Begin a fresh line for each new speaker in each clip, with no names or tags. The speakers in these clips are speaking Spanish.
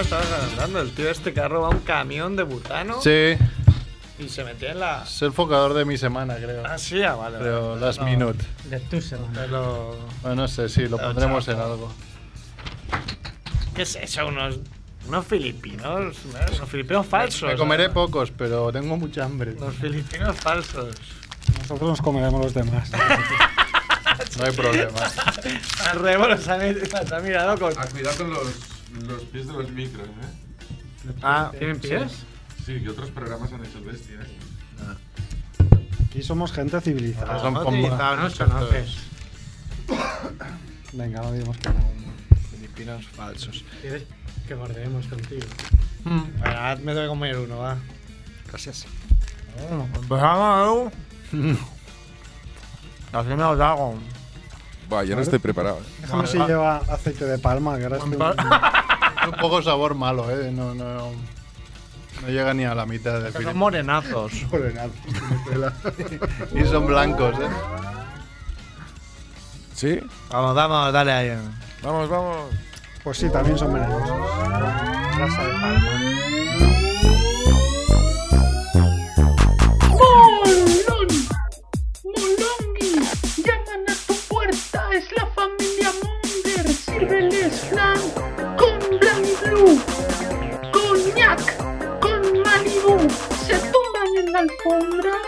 estabas andando. El tío este que ha robado un camión de butano
Sí,
y se metió en la.
es el focador de mi semana, creo.
Ah, sí, ah, vale. vale.
Creo, last
No,
minute.
De tu semana.
te lo-
Bueno, no sé, sí, lo
Ah,
pondremos en
chaval.
algo.
¿Qué es eso? Unos, unos filipinos. ¿no? Unos filipinos falsos. ¿eh?
Me comeré
además.
pocos, pero tengo mucha hambre.
Unos filipinos falsos.
Nosotros nos comeremos los demás.
No hay problema.
Al revés los han- los ha mirado con.
Ah, cuidado con los, los pies de los micros, ¿eh?
Ah, ¿tienen pies?
Sí, que otros programas han hecho bestias.
Aquí somos gente
Ah,
civilizada.
son
no
como-
Ah,
utilizados, no los conoces.
Venga, no digamos que no.
Filipinos falsos. Hmm.
¿Quieres que morderemos contigo? Bueno, ahora me tengo que comer uno, va.
Gracias.
Empezamos, Así me lo hago.
Va, yo no estoy preparado. ¿eh?
Déjame si
ah.
lleva aceite de palma, que ahora estoy...
Un poco sabor malo, ¿eh? No, no, no llega ni a la mitad de
Son
Filipinos.
morenazos.
Y son blancos, ¿eh?
¿Sí?
Vamos, vamos, dale ahí.
Vamos, vamos.
Pues sí, también son venenosos. Grasa de palma.
¡Molón! ¡Molongi! ¡Llaman a tu puerta! ¡Es la familia Munger! ¡Sírveles flan con Blanc Blue! ¡Coñac! ¡Con Malibu! ¡Se tumban en la alfombra! ¡Ah!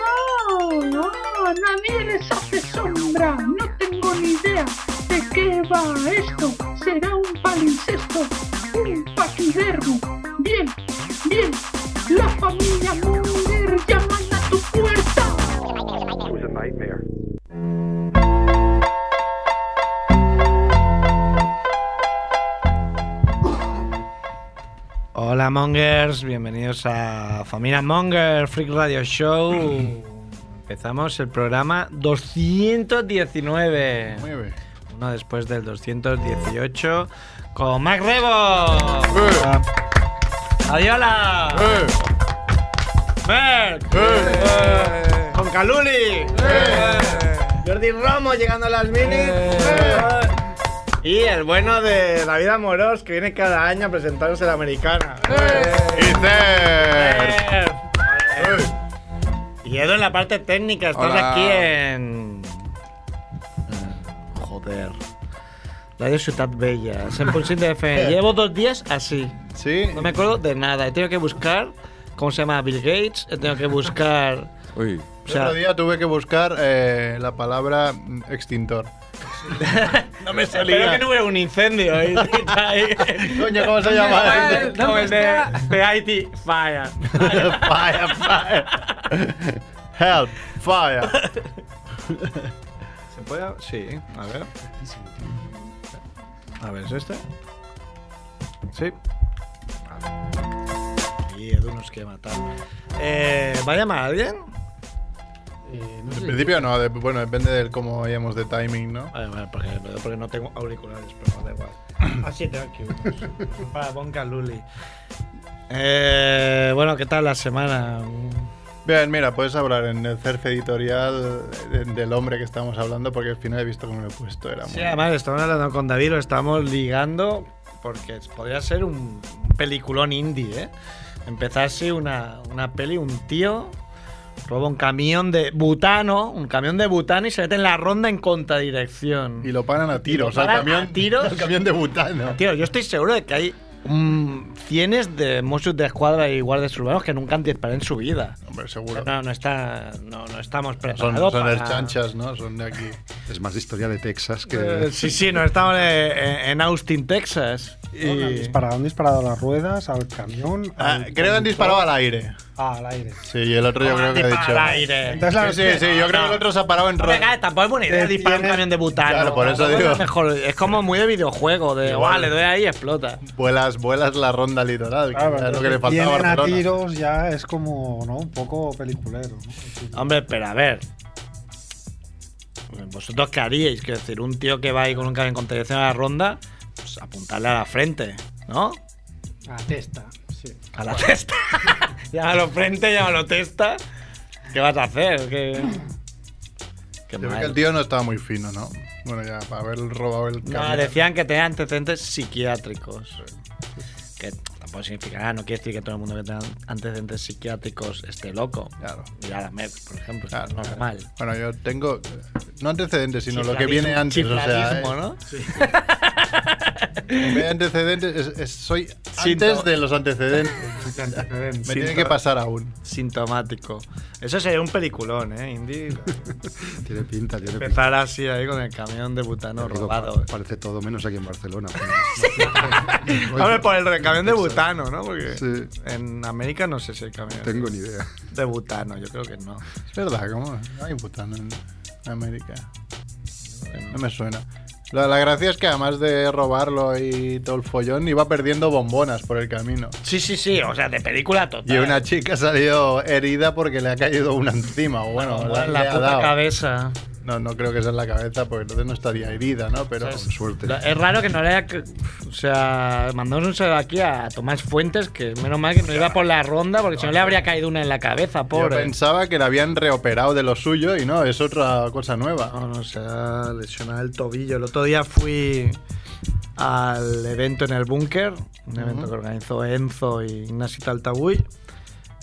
¡Nadie les hace sombra! ¡No tengo ni idea de qué va esto! ¡Será un palincesto! ¡Un paquidermo! ¡Bien! ¡Bien! ¡La familia Munger llaman a tu puerta!
Hola, Mongers. Bienvenidos a Familia Monger Freak Radio Show. Empezamos el programa 219.
Muy bien.
Uno después del 218 con Mac Rebo.
Eh,
Adiola.
eh,
Merck.
eh.
Con Caluli. Jordi Romo llegando a las minis.
Eh.
Y el bueno de David Amorós, que viene cada año a presentarnos en la americana.
Y Ter. Eh.
Y Edu en la parte técnica, estás
Hola.
aquí en. Joder. Radio Ciutat Bella, 100% de FM.
Eh,
Llevo dos días así.
Sí.
No me acuerdo de nada. He tenido que buscar cómo se llama Bill Gates. He tenido que buscar.
Uy.
O sea,
el otro día tuve que buscar eh, la palabra mm, extintor.
no me salía. Espero que no hubiera un incendio ahí.
Coño, ¿cómo se llama?
Como el de, de Haití, fire.
fire, fire. Help, fire.
¿Se puede? Sí, a ver. A ver, ¿es este? Sí. Y Edu nos quiere matar. Eh, ¿Va a llamar a alguien? Eh,
En principio no, de- bueno, depende de cómo vayamos de timing, ¿no?
A ver, bueno, porque, porque no tengo auriculares, pero da igual. Así Ah, tengo aquí unos. Para Bonca Luli. Eh, bueno, ¿qué tal la semana?
Bien, mira, puedes hablar en el cerce editorial de- del hombre que estamos hablando porque al final he visto cómo lo he puesto. Era
Sí,
muy-
además estamos hablando con David, lo estamos ligando porque podría ser un peliculón indie, ¿eh? Empezase una, una peli, un tío roba un camión de butano, un camión de butano y se mete en la ronda en contradirección.
Y lo paran a tiros.
paran
al camión,
a tiros.
al camión de butano.
Tío, yo estoy seguro de que hay mm, cientos de Mossos de Escuadra y guardias urbanos que nunca anticiparán su vida.
Hombre,
O sea,
seguro.
No, no, está, no, no estamos
Son,
preparados
son
para-
erchanchas, ¿no? Son de aquí.
Es más historia de Texas que...
Eh, sí, sí, no estamos eh, en Austin, Texas.
Le han
Y...
disparado, han disparado las ruedas, al camión,
Ah,
al,
creo que han disparado al aire.
ah, al aire.
Sí, y el otro yo creo que ha
Dispara
dicho.
Ah, al aire.
Entonces la-
Sí, sí, sí, yo creo que el otro se ha parado en
No,
ronda.
venga, tampoco es buena idea
Te
disparar un
tiene-
camión de butano.
Claro, por eso
Tampoco
digo.
es mejor. Es como muy de videojuego, de guau, le doy ahí y explota.
Vuelas, vuelas la ronda litoral, que
Claro,
era lo que le faltaba a
vienen a
Barcelona.
tiros ya es como, ¿no? Un poco peliculero. ¿no?
Hombre, pero a ver. ¿Vosotros qué haríais? Quiero decir, un tío que va ahí con un camión con dirección a la ronda, pues apuntarle a la frente, ¿no?
A testa, sí.
A la testa. llámalo frente, llámalo testa. ¿Qué vas a hacer? ¿Qué, Qué
Yo creo
mal.
que el tío no estaba muy fino, ¿no? Bueno, ya, para haber robado el
No,
camión.
decían que tenía antecedentes psiquiátricos. Que tampoco puede significar, ah, no quiere decir que todo el mundo que tenga antecedentes psiquiátricos esté loco.
Claro.
Y a la MEP, por ejemplo,
Claro,
es normal.
Bueno, yo tengo. eh, No antecedentes, sino lo que viene antes. O sea, eh.
Chifladismo, ¿no?
en vez de antecedentes, es- es- soy
Síntoma.
antes de los antecedentes. Me tiene que pasar aún.
Sintomático. Eso sería un peliculón, ¿eh, Indy?
Tiene pinta, tiene pinta.
Empezar así ahí con el camión de butano
Digo,
robado.
eh.
Parece todo menos aquí en Barcelona.
Hombre, por el camión de butano, ¿no? Porque
Sí.
en América no sé si hay camión
Tengo ni idea.
de butano, yo creo que no.
Es verdad, ¿cómo? No hay butano en en América. No me suena. La, la gracia es que además de robarlo y todo el follón, iba perdiendo bombonas por el camino.
Sí, sí, sí, o sea, de película total.
Y una chica salió herida porque le ha caído una encima. O bueno,
Ah,
la,
la,
le ha
puta
dado.
cabeza.
No, no creo que sea en la cabeza, porque entonces no estaría herida, ¿no? Pero
¿Sabes?
Con suerte.
La- Es raro que no le haya. que- O sea, mandamos un saludo aquí a Tomás Fuentes, que menos mal que no iba por la ronda, porque si no le habría caído una en la cabeza,
yo
pobre.
pensaba que la habían reoperado de lo suyo y no, es otra cosa nueva.
No, no, se ha lesionado el tobillo. El otro día fui al evento en el búnker, un evento que organizó Enzo y Ignacio Taltabuy.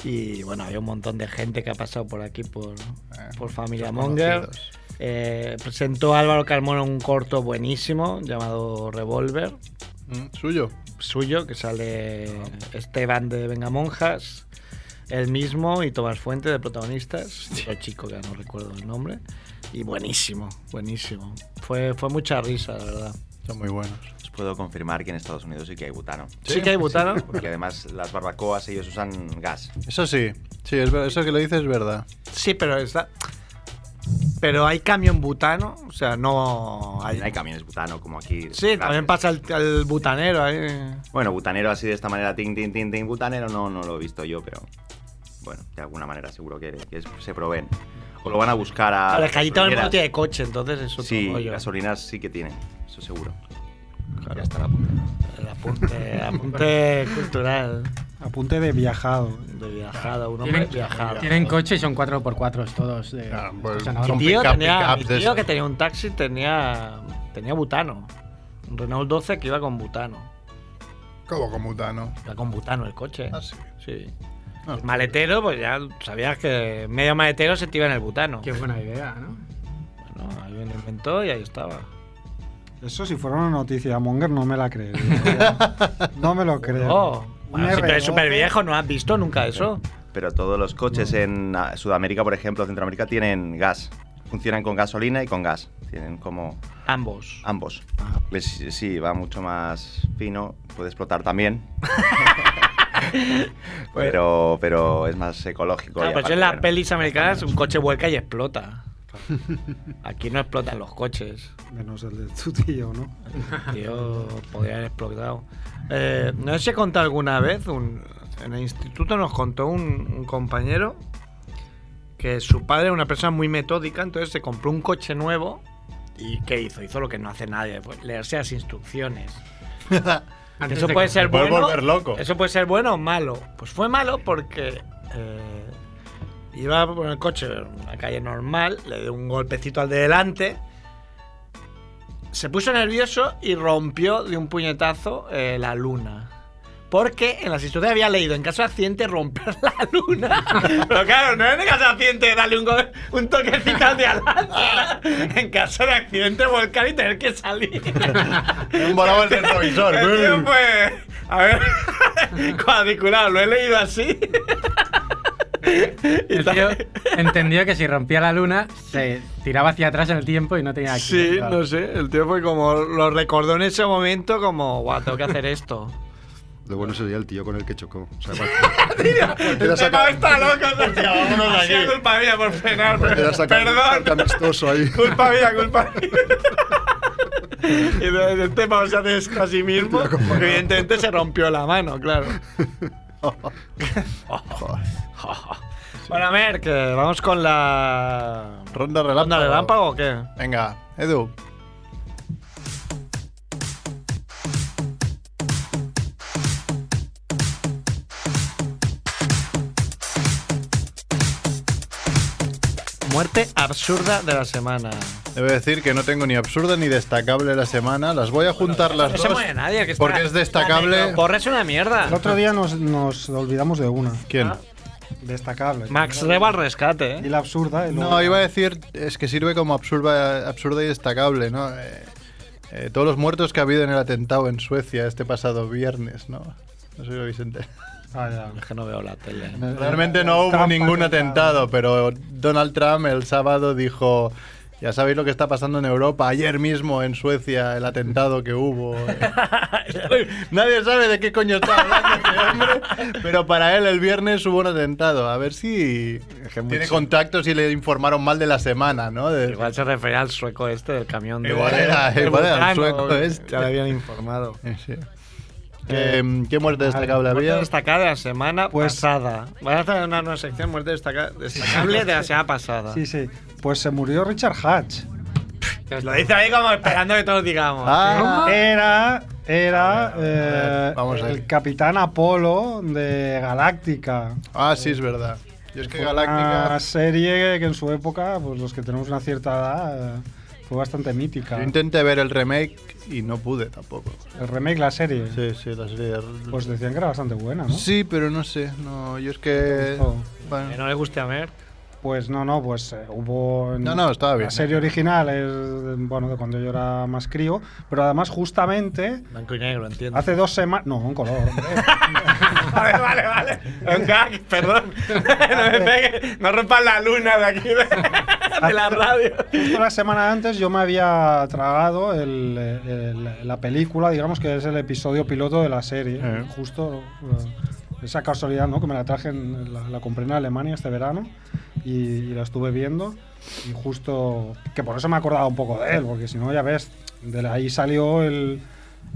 Y bueno, había un montón de gente que ha pasado por aquí por,
Eh,
por Familia
son
Monger.
conocidos.
Pues, Eh, presentó Álvaro Carmona un corto buenísimo llamado Revolver,
Mm, Suyo.
suyo, que sale Esteban de Vengamonjas, él mismo y Tomás Fuente de protagonistas, otro chico que no recuerdo el nombre, y buenísimo, buenísimo. Fue, fue mucha risa, la verdad.
Son muy buenos.
Os puedo confirmar que en Estados Unidos sí que hay butano.
Sí, que hay butano.
Porque además las barbacoas ellos usan gas.
Eso sí, sí, es ver- eso que lo dices es verdad.
Sí, pero está... Pero hay camión butano, o sea, no hay...
No hay camiones butano como aquí.
Sí,
Gracias.
también pasa el, el butanero ahí.
Bueno, butanero así de esta manera, tin, tin, tin, tin, butanero, no, no lo he visto yo, pero bueno, de alguna manera seguro que, que es- se proveen. O lo van a buscar a.
Pero es que allí todo el mundo
gasolineras.
tiene coche, entonces eso
Ah, Sí, gasolinas sí que tienen, eso seguro.
Claro.
Ya está la punta.
El apunte, apunte Eh, cultural
Apunte de viajado.
de viajada, un hombre
Tienen,
viajado.
tienen coche y son 4x4 todos. De,
Ah,
coches
pues,
Mi
son-
enormes.
tío,
pick-up,
tenía-
pick-up
mi
de
tío
esos.
que tenía un taxi tenía, tenía butano. Un Renault 12 que iba con butano.
Como con butano.
Iba con butano el coche.
Ah, sí.
Sí.
Ah.
El maletero, pues ya sabías que medio maletero se te iba en el butano.
Qué buena idea, ¿no?
Bueno, alguien lo inventó y ahí estaba.
Eso si fuera una noticia monger no me la creería. no me lo creo.
Oh,
Un
bueno, sí, pero es
R12.
súper viejo, ¿no has visto nunca eso?
Pero todos los coches en ah, Sudamérica, por ejemplo, Centroamérica, tienen gas. Funcionan con gasolina y con gas. Tienen como
Ambos.
ambos.
Ah.
Les- sí, va mucho más fino, puede explotar también. pero, pero es más ecológico.
Claro,
y
pues pero eso
aparte,
en las
bueno,
pelis americanas un coche vuelca y explota. Aquí no explotan los coches.
Menos el de tu tío, ¿no?
Yo podría haber explotado. Eh, no sé si he contado alguna vez, un- en el instituto nos contó un, un compañero que su padre era una persona muy metódica, entonces se compró un coche nuevo y ¿qué hizo? Hizo lo que no hace nadie, fue leerse las instrucciones.
Antes
Eso
de
puede
comer.
ser
Te puedes
bueno.
volver loco.
Eso puede ser bueno o malo. Pues fue malo porque eh, iba por el coche en una calle normal, le dio un golpecito al de delante, se puso nervioso y rompió de un puñetazo eh, la luna. Porque en las historias había leído, en caso de accidente, romper la luna. Pero claro, no en el caso de accidente darle un, go- un toquecito al de adelante. era En caso de accidente, volcar y tener que salir.
Un volado el retrovisor.
El tío
¡Bum!
fue, a ver, cuadriculado, lo he leído así. Y
El
tal.
tío entendió que si rompía la luna se tiraba hacia atrás en el tiempo y no tenía
Sí,
accidente.
no sé, el tío fue como, lo recordó en ese momento como, guau, tengo que hacer esto.
Lo bueno sería el tío con el que chocó. O sea, va-
Este tío está loco, ¿no?
vámonos
Ha sido
aquí.
culpa mía por frenar,
te has sacado un
perdón.
carta amistoso ahí.
Culpa mía, culpa mía. Y entonces este pavo se hace esto a sí mismo. porque Evidentemente se rompió la mano, claro. bueno, a ver, que vamos con la.
Ronda
¿Ronda de
relámpago.
lámpago o qué?
Venga, Edu.
Muerte absurda de la semana.
Debo decir que no tengo ni absurda ni destacable la semana. Las voy a juntar las
No se
dos.
mueve nadie. Que
porque es destacable.
Porra es una mierda.
El otro día nos, nos olvidamos de una.
¿Quién?
Ah.
Destacable.
Max Reba al rescate,
Y
¿eh?
la absurda. y luego-
No, iba a decir, es que sirve como absurda, absurda y destacable, ¿no? Eh, eh, todos los muertos que ha habido en el atentado en Suecia este pasado viernes, ¿no? No sé si lo habéis enterado.
Ah, ya.
Es que no veo la tele.
Realmente no hubo
Trampa
ningún
que
atentado, pero Donald Trump el sábado dijo, ya sabéis lo que está pasando en Europa, ayer mismo en Suecia el atentado que hubo. Nadie sabe de qué coño está hablando este hombre, pero para él el viernes hubo un atentado. A ver si tiene contactos y le informaron mal de la semana, ¿no? De-
Igual se refería al sueco este del camión. de-
Igual era-
del
igual era el
Vulcano,
sueco este.
Ya le habían Eh, informado.
Sí. Em, ¿Qué, qué muerte destacable
Muerte
había?
destacada de la semana
Pues-
pasada. Voy a hacer una nueva sección, muerte destaca- destacable de la semana pasada.
Sí, sí. Pues se murió Richard Hatch.
Lo dice ahí como esperando que todos digamos. ¿eh?
Ah,
Era, era
ver,
eh,
vamos a ver.
el capitán Apolo de Galáctica.
ah, sí, es verdad. Yo es que
Fue
Galáctica...
Una serie que en su época, pues los que tenemos una cierta edad, eh, fue bastante mítica.
Yo intenté ver el remake y no pude tampoco.
El remake, la serie.
Sí, sí, la serie.
Pues decían que era bastante buena, ¿no?
Sí, pero no sé. No, yo es que.
Oh.
bueno.
Que no le guste a Mer.
Pues no, no, pues eh, hubo... en-
No, no, estaba bien.
La serie original es, bueno, de cuando yo era más crío, pero además justamente
Blanco y negro, entiendo.
hace dos semanas... No, en color, hombre.
Vale, vale, vale. Un gag, perdón. no me pegues. No rompas la luna de aquí, de, de la radio.
Justo la semana antes yo me había tragado el- el- la película, digamos que es el episodio piloto de la serie.
Eh.
Justo eh, esa casualidad, ¿no? Que me la traje, en, la, la compré en Alemania este verano y, y la estuve viendo. Y justo, que por eso me he acordado un poco de él, porque si no, ya ves, de ahí salió el,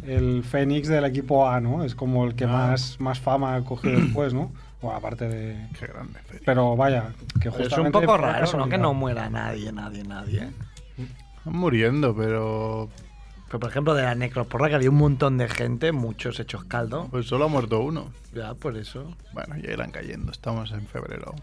el Fénix del equipo A, ¿no? Es como el que más, más fama ha cogido después, ¿no? Bueno, aparte de...
Qué grande serie.
Pero vaya, que
Es
justamente...
un
fue
poco raro, ¿no? Que
casualidad.
no muera nadie, nadie, nadie.
Están muriendo, pero.
Pero, por ejemplo, de la necroporra que había un montón de gente, muchos hechos caldo.
Pues solo ha muerto uno.
Ya, por eso.
Bueno, ya irán cayendo. Estamos en febrero.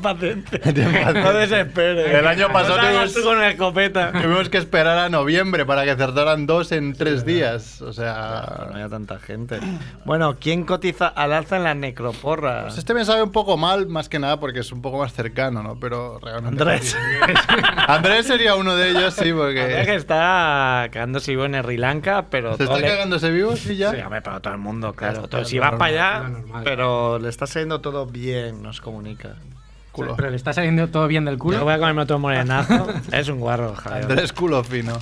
paciente.
paciente.
No desesperes.
El año
No
pasado
salgas
tuvimos-
tú con escopeta.
Tuvimos que esperar a noviembre para que acertaran dos en tres días. O
No
sea.
había tanta gente. Bueno, ¿quién cotiza al alza en la necroporra?
pues Este me sabe un poco mal, más que nada porque es un poco más cercano, ¿no? Pero realmente.
Andrés.
Andrés sería uno de ellos, sí,
Andrés que
porque.
está cagándose vivo en Sri Lanka, pero
¿Se
todo
está
le-
cagándose vivo? Sí, ya.
Sí, hombre, pero todo el mundo, claro.
Claro,
Todo-
claro,
si vas
normal,
para allá,
claro, normal.
pero le está saliendo todo bien, nos comunica.
Culo.
Pero le está saliendo todo bien del
Yo
culo.
voy a comerme otro morenazo. es un guarro, Javier.
Andrés culo fino.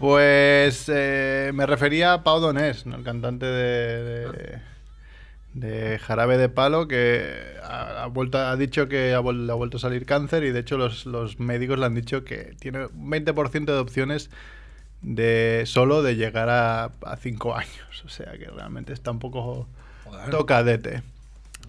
Pues eh, me refería a Pau Donés, ¿no? el cantante de, de, de Jarabe de Palo, que ha, ha vuelto, ha dicho que ha, vuel- le ha vuelto a salir cáncer y de hecho los, los médicos le han dicho que tiene un 20% de opciones de solo de llegar a, a 5 años. O sea que realmente está un poco tocadete.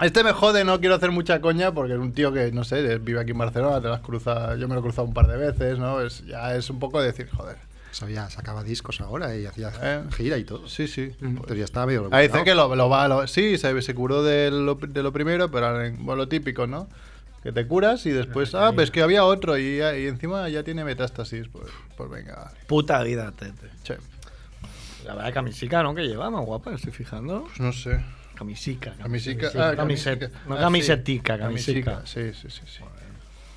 Este me jode, no quiero hacer mucha coña porque es un tío que, no sé, vive aquí en Barcelona, te las cruza, yo me lo he cruzado un par de veces, ¿no? Es, ya es un poco decir, joder.
Sabía, sacaba discos ahora y hacía
Eh.
gira y todo.
Sí, sí.
Entonces ya estaba medio.
Ahí Mm. Ah, dice que lo, lo va, lo- sí, se, se curó de lo, de lo primero, pero ahora en- bueno, lo típico, ¿no? Que te curas y después, ah, pues que había otro y, ya- y encima ya tiene metástasis, pues, pues venga,
Puta vida, tete.
che,
La verdad, camisica, ¿no? Que lleva, más guapa, estoy fijando.
pues no sé.
Camisica. ¿no?
Camisica,
Camisica.
ah,
Camiset-
camisica.
No,
Ah, sí.
camisetica, camisica.
Sí, sí, sí. sí.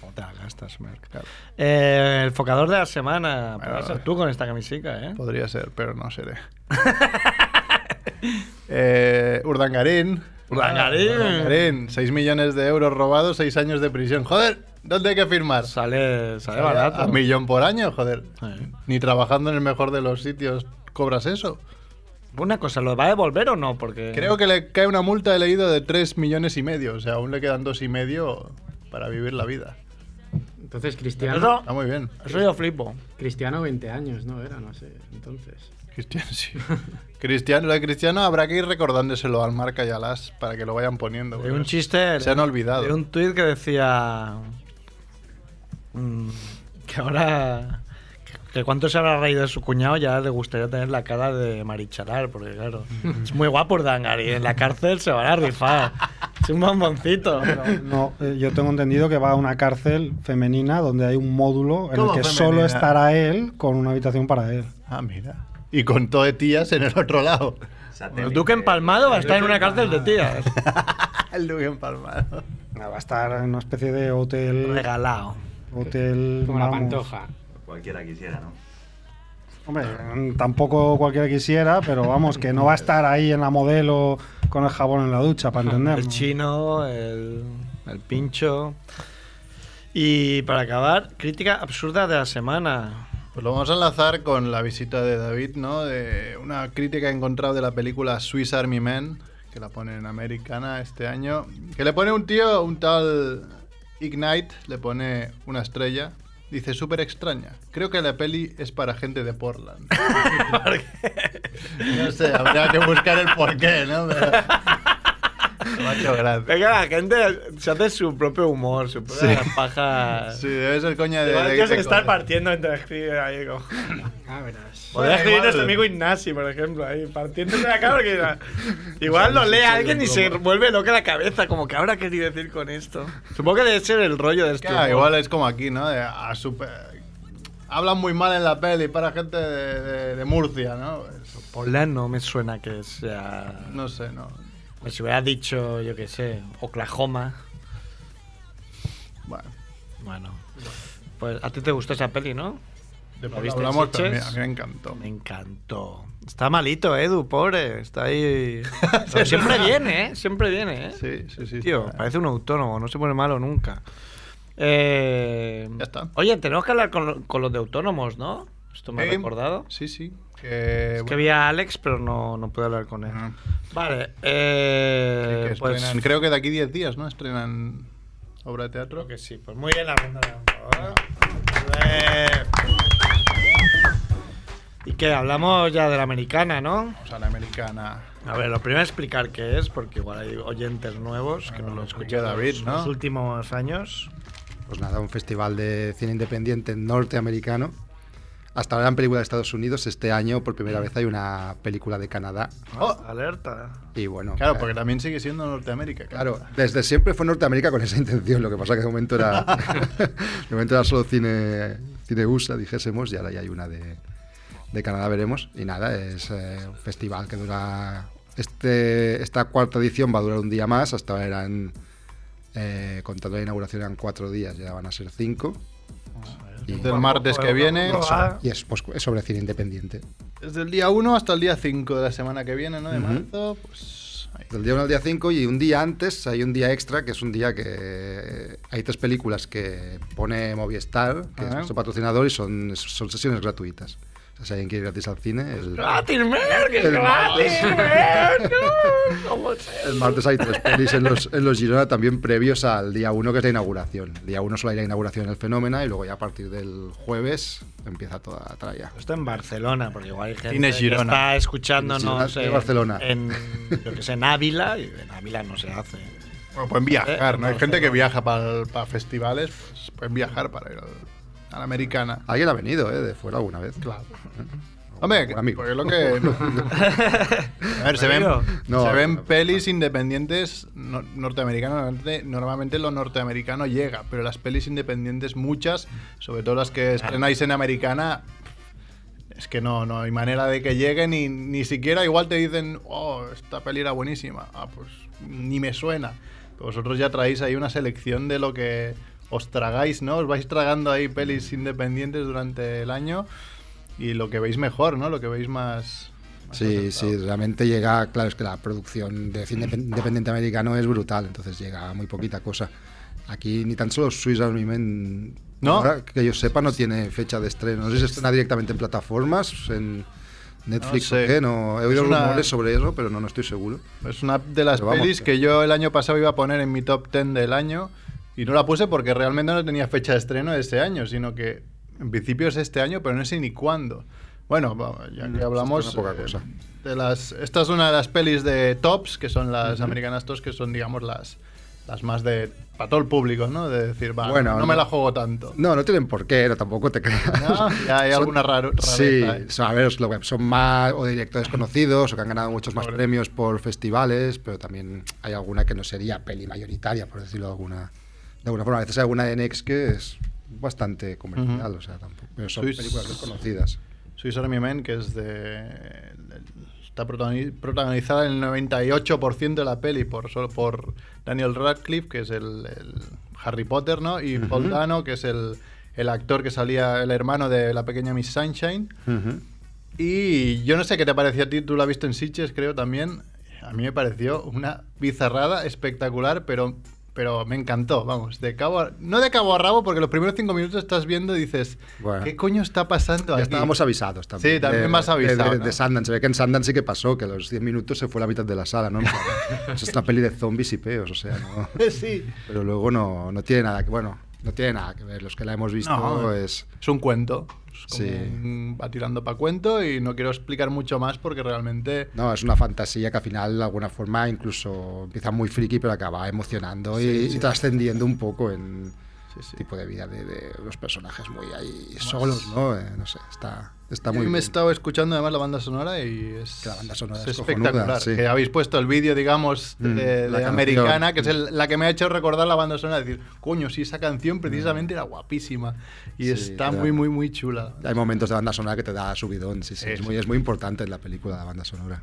No te la gastas, Merck.
Claro.
Eh, el focador de la semana.
Bueno,
Podrás ser tú con esta camisica, ¿eh?
Podría ser, pero no seré. eh, Urdangarín.
Urdangarín.
6 millones de euros robados, 6 años de prisión. Joder, ¿dónde hay que firmar?
Sale, sale
A
barato.
un millón por año, joder.
Sí.
Ni trabajando en el mejor de los sitios cobras eso.
Una cosa, ¿lo va a devolver o no? Porque.
Creo que le cae una multa, he leído, de 3 millones y medio. O sea, aún le quedan dos y medio para vivir la vida.
Entonces,
Eso,
Cristiano,
Está muy bien.
eso yo flipo.
Cristiano 20 años, ¿no? Era, no sé. Entonces.
Cristiano, sí. Cristiano, lo de Cristiano habrá que ir recordándoselo al marca y a las para que lo vayan poniendo.
Hay
porque
un chiste.
Se han olvidado.
Hay un tuit que decía. mm, que ahora. que- Que cuánto se habrá reído de su cuñado, ya le gustaría tener la cara de Marichalar, porque claro, es muy guapo Dangari. En la cárcel se van a rifar. Es un bomboncito.
No, eh, yo tengo entendido que va a una cárcel femenina donde hay un módulo en el
¿Cómo
que
femenina?
solo estará él con una habitación para él.
Ah, mira. Y con todo de tías en el otro lado.
El duque empalmado va a estar en una cárcel de tías.
El Lugue empalmado.
Va a estar en una especie de hotel.
Regalado.
Hotel.
Como la
Pues vamos.
pantoja.
Cualquiera quisiera, ¿no?
Hombre, tampoco cualquiera quisiera, pero vamos, que no va a estar ahí en la modelo con el jabón en la ducha, para entender.
El chino, el, el pincho. Y para acabar, crítica absurda de la semana.
Pues lo vamos a enlazar con la visita de David, ¿no? De una crítica que he encontrado de la película Swiss Army Men, que la pone en americana este año, que le pone un tío, un tal Ignite, le pone una estrella. Dice, súper extraña. Creo que la peli es para gente de Portland. No sé, habría que buscar el porqué, ¿no? Pero... Me ha hecho gracia.
Es que la gente se hace su propio humor, su propia paja.
Sí, debe ser coña de...
Igual
de-
que se
de-
está partiendo entre escribir ahí. como-
Ah, verás.
Podría
Bueno,
escribir
igual-
nuestro este amigo Ignasi, por ejemplo, ahí, partiéndose la cara. Porque era- igual lo lee alguien y se vuelve loca la cabeza, como que habrá querido decir con esto. Supongo que debe ser el rollo de este.
Claro,
humor.
igual es como aquí, ¿no? De- a super- Hablan muy mal en la peli para gente de, de- de Murcia, ¿no? Pues,
Pola no me suena que sea.
no sé, no.
Pues si hubiera dicho, yo qué sé, Oklahoma.
Bueno,
Bueno. Pues a ti te gustó esa peli, ¿no?
después
¿Lo viste en
hablamos, pero
Sitges?
a mí- a mí me encantó.
Me encantó. Está malito, Edu, pobre. Está ahí. Pero siempre viene, ¿eh? Siempre viene, ¿eh?
Sí, sí, sí.
Tío,
está-
parece un autónomo, no se pone malo nunca. Eh,
Ya está.
Oye, tenemos que hablar con, lo- con los de autónomos, ¿no? Esto me ha
Sí,
recordado.
Sí, sí.
Es
Que,
que vi a Alex, pero no, no pude hablar con él.
Ah.
Vale,
bueno,
eh,
que
pues
estrenan- creo que de aquí 10 días, ¿no? Estrenan obra de teatro. Ah.
Creo que sí, pues muy bien la ronda de abogados. Eh, Y que hablamos ya de la americana, ¿no?
Vamos a la americana.
A ver, lo primero es explicar qué es, porque igual hay oyentes nuevos que no lo
Ah, escuché
escuchan
David,
en
¿no?
los últimos años.
Pues nada, un festival de cine independiente norteamericano. Hasta ahora en película de Estados Unidos, este año por primera vez hay una película de Canadá.
Oh,
Alerta.
Y bueno, eh,
claro, porque también sigue siendo Norteamérica.
Claro, desde siempre fue Norteamérica con esa intención, lo que pasa que de momento era, de momento era solo cine, cine USA, dijésemos, y ahora ya hay una de, de Canadá, veremos. Y nada, es eh, un festival que dura... Este, esta cuarta edición va a durar un día más, hasta ahora eran, eh, contando la inauguración, eran cuatro días, ya van a ser cinco. Y,
Del Ah, martes que viene.
y es, pues, es sobre cine independiente.
Desde el día 1 hasta el día 5 de la semana que viene, ¿no? De
Ujú.
marzo, pues. ahí.
Del día 1 al día 5 y un día antes hay un día extra, que es un día que hay tres películas que pone Movistar, que es
Ah.
nuestro patrocinador, y son, son sesiones gratuitas. O sea, si alguien quiere ir gratis al cine, el,
¡Gratis, Mer! ¡Que es
El
gratis,
¡Eh,
Mer! ¡No! ¿Cómo se-
el martes hay tres pelis en los, en los Girona también previos al día 1, que es la inauguración. El día 1 solo hay la inauguración del fenómeno y luego ya a partir del jueves empieza toda la tralla.
Esto en Barcelona, porque igual hay gente
Cines
que
Girona. Ah,
está escuchándonos
Cines Girona de
en-
Barcelona.
en, yo que sé, en Ávila, y en Ávila no se hace.
Bueno, pueden viajar, ¿no? Hay
Eh,
gente que viaja para festivales, pues pueden viajar para ir al- a la americana.
Alguien ha venido, ¿eh? De fuera alguna vez. Claro.
Hombre,
Un amigo.
porque lo que. A ver, se ven,
Amigo.
No,
se ven
no, no.
pelis independientes no- norteamericanas. Normalmente, normalmente lo norteamericano llega, pero las pelis independientes, muchas, sobre todo las que estrenáis en americana, es que no, no hay manera de que lleguen y ni siquiera igual te dicen, oh, esta peli era buenísima. Ah, pues ni me suena. Pero vosotros ya traéis ahí una selección de lo que os tragáis, ¿no? Os vais tragando ahí pelis independientes durante el año y lo que veis mejor, ¿no? Lo que veis más. más
Sí,
acertado.
sí, realmente llega, claro, es que la producción de cine indep- independiente americano es brutal, entonces llega muy poquita cosa. Aquí ni tan solo Swiss Army Men,
¿No?
ahora que yo sepa, no tiene fecha de estreno. No sé si se estrena directamente en plataformas, en Netflix
No sé.
o qué, no. He oído
Es una-
rumores sobre eso, pero no, no estoy seguro.
Es una de las
Pero vamos,
pelis que yo el año pasado iba a poner en mi top 10 del año y no la puse porque realmente no tenía fecha de estreno de ese año, sino que en principio es este año, pero no sé ni cuándo. Bueno, va-
Mm,
ya que hablamos
estrena poca
eh,
cosa.
de las... Esta es una de las pelis de tops, que son las americanas tops, que son, digamos, las Las más de. para todo el público, ¿no? De decir, va,
Bueno,
no,
no-
me la juego tanto.
No, no tienen por qué, no, tampoco te creas.
¿no? Ya hay
Son-
alguna raro, rareza.
Sí,
¿eh?
son- a ver, es lo que- son más o de directores conocidos o que han ganado muchos más premios por festivales, pero también hay alguna que no sería peli mayoritaria, por decirlo de alguna, de alguna forma. A veces hay alguna de Nex que es bastante comercial, o sea, tampoco. Pero son
Sois-
películas desconocidas.
Swiss Army Men, que es de. del- Está protagoni- protagonizada en el 98% de la peli por, solo por Daniel Radcliffe, que es el, el Harry Potter, ¿no? Y Paul
Ujú.
Dano, que es el, el actor que salía, el hermano de la pequeña Miss Sunshine. Y yo no sé qué te pareció a ti, tú la has visto en Sitges, creo también. A mí me pareció una bizarrada espectacular, pero, pero me encantó, vamos, de cabo a- no de cabo a rabo, porque los primeros cinco minutos estás viendo y dices,
Bueno.
¿qué coño está pasando
Ya
aquí?
estábamos avisados también.
Sí, también más avisado,
De, de,
¿no?
de Sundance. Se ve que en Sundance sí que pasó, que a los 10 minutos se fue la mitad de la sala, ¿no? Eso es una peli de zombies y peos, o sea, ¿no?
sí.
Pero luego no, no tiene nada que... Bueno, no tiene nada que ver. Los que la hemos visto
No.
es...
Es un cuento. Es como
Sí.
un- va tirando para cuento y no quiero explicar mucho más porque realmente
No, es una fantasía que al final, de alguna forma, incluso empieza muy friki, pero acaba emocionando y- y,
sí.
trascendiendo un poco en
sí.
tipo de vida de, de los personajes muy ahí solos, ¿no? Eh, no sé, está, está
Yo
muy
me he
bien.
estado escuchando además la banda sonora y es,
la banda sonora
es
es cojonuda,
espectacular.
sí.
Que habéis puesto el vídeo, digamos,
Mm,
de,
la
de
canción. Mm.
americana, que es el- la que me ha hecho recordar la banda sonora. Decir, coño, sí, esa canción precisamente era guapísima. Y
Mm. Sí,
está
claro.
muy, muy, muy chula.
Hay momentos de banda sonora que te da subidón, sí, sí.
Sí,
es,
sí.
muy, es muy importante en la película la banda sonora.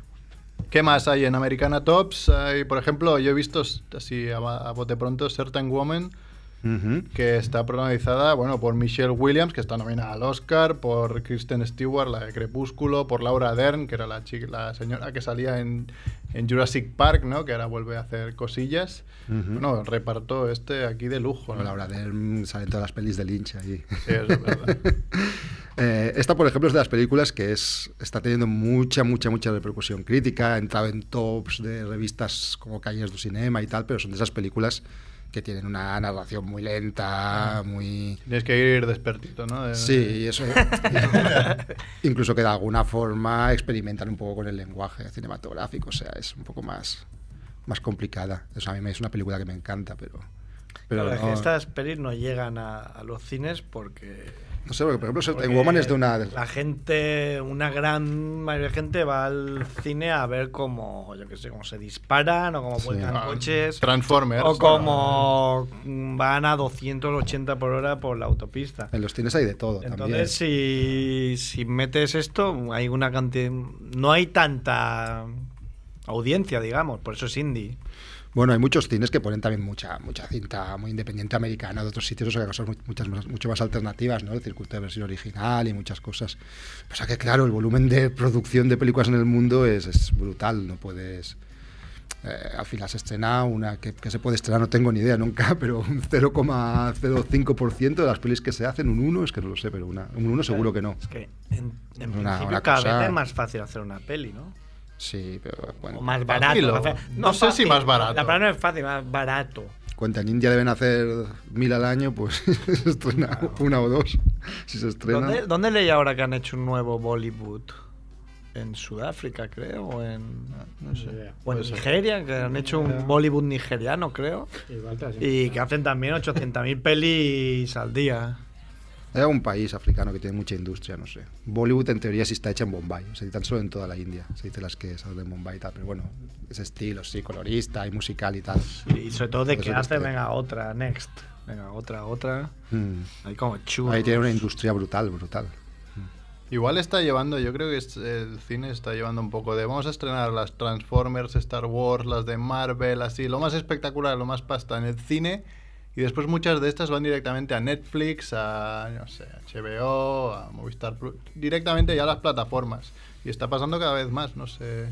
¿Qué más hay en Americana Tops? Hay, por ejemplo, yo he visto, así a, a bote pronto, Certain Woman,
Ujú.
que está protagonizada bueno, por Michelle Williams, que está nominada al Oscar, por Kristen Stewart, la de Crepúsculo, por Laura Dern, que era la, chica, la señora que salía en, en Jurassic Park, ¿no? que ahora vuelve a hacer cosillas.
Ujú.
Bueno, reparto este aquí de lujo.
Bueno,
¿no?
Laura Dern sale en mm, todas las pelis de Lynch ahí.
Sí, eso es verdad.
Eh, esta, por ejemplo, es de las películas que es, está teniendo mucha, mucha, mucha repercusión crítica. Ha entrado en tops de revistas como Calles du Cinema y tal, pero son de esas películas que tienen una narración muy lenta, muy...
Ah. Tienes que ir eh. despertito, ¿no? De-
Sí, y eso. incluso que de alguna forma experimentan un poco con el lenguaje cinematográfico, o sea, es un poco más, más complicada. Eso a mí me- es una película que me encanta, pero... pero
Claro, es
no-
que estas pelis no llegan a, a los cines porque.
No sé, porque por ejemplo,
porque
Certain Woman es de una.
La gente, una gran mayoría de gente va al cine a ver cómo, yo qué sé, cómo se disparan o cómo
Sí.
vuelcan
Ah,
coches.
Transformers.
O como van a 280 por hora por la autopista.
En los cines hay de todo también.
Entonces, si, si metes esto, hay una cantidad. No hay tanta audiencia, digamos, por eso es indie.
Bueno, hay muchos cines que ponen también mucha mucha cinta muy independiente americana de otros sitios, o sea, cosas mu- muchas más- mucho más alternativas, ¿no? El circuito de versión original y muchas cosas. O sea que, claro, el volumen de producción de películas en el mundo es, es brutal, no puedes... eh, al final se estrena una que, que se puede estrenar, no tengo ni idea nunca, pero un 0,05% de las pelis que se hacen, un 1 es que no lo sé, pero una, un 1 seguro que no.
Es que en, en
Una-
principio
una
cada
cosa-
vez es más fácil hacer una peli, ¿no?
Sí, pero bueno.
O más barato.
fácil,
más
o-
fa-
no sé si más barato.
La palabra no es fácil, más barato.
Cuenta, en India deben hacer mil al año, pues se estrena una o dos. Si se estrena.
¿Dónde, ¿Dónde leí ahora que han hecho un nuevo Bollywood? En Sudáfrica, creo, o en,
No sé.
Yeah.
o en
Puede ser.
Nigeria, que han hecho un Bollywood nigeriano, creo.
Igual te has
Y que hacen también 800.000 pelis al día.
Hay algún país africano que tiene mucha industria, no sé. Bollywood en teoría sí está hecha en Bombay, se editan solo en toda la India, se dicen las que salen en Bombay y tal, pero bueno, ese estilo, sí, colorista y musical y tal.
Y sobre todo de
Puede
que
ser que
hace,
esté.
venga, otra, next. Venga, otra, otra.
Mm.
Hay como churros.
Ahí tiene una industria brutal, brutal.
Igual está llevando, yo creo que es- el cine está llevando un poco de. Vamos a estrenar las Transformers, Star Wars, las de Marvel, así, lo más espectacular, lo más pasta en el cine. Y después muchas de estas van directamente a Netflix, a no sé, a HBO, a Movistar Plus, directamente ya a las plataformas. Y está pasando cada vez más, no sé.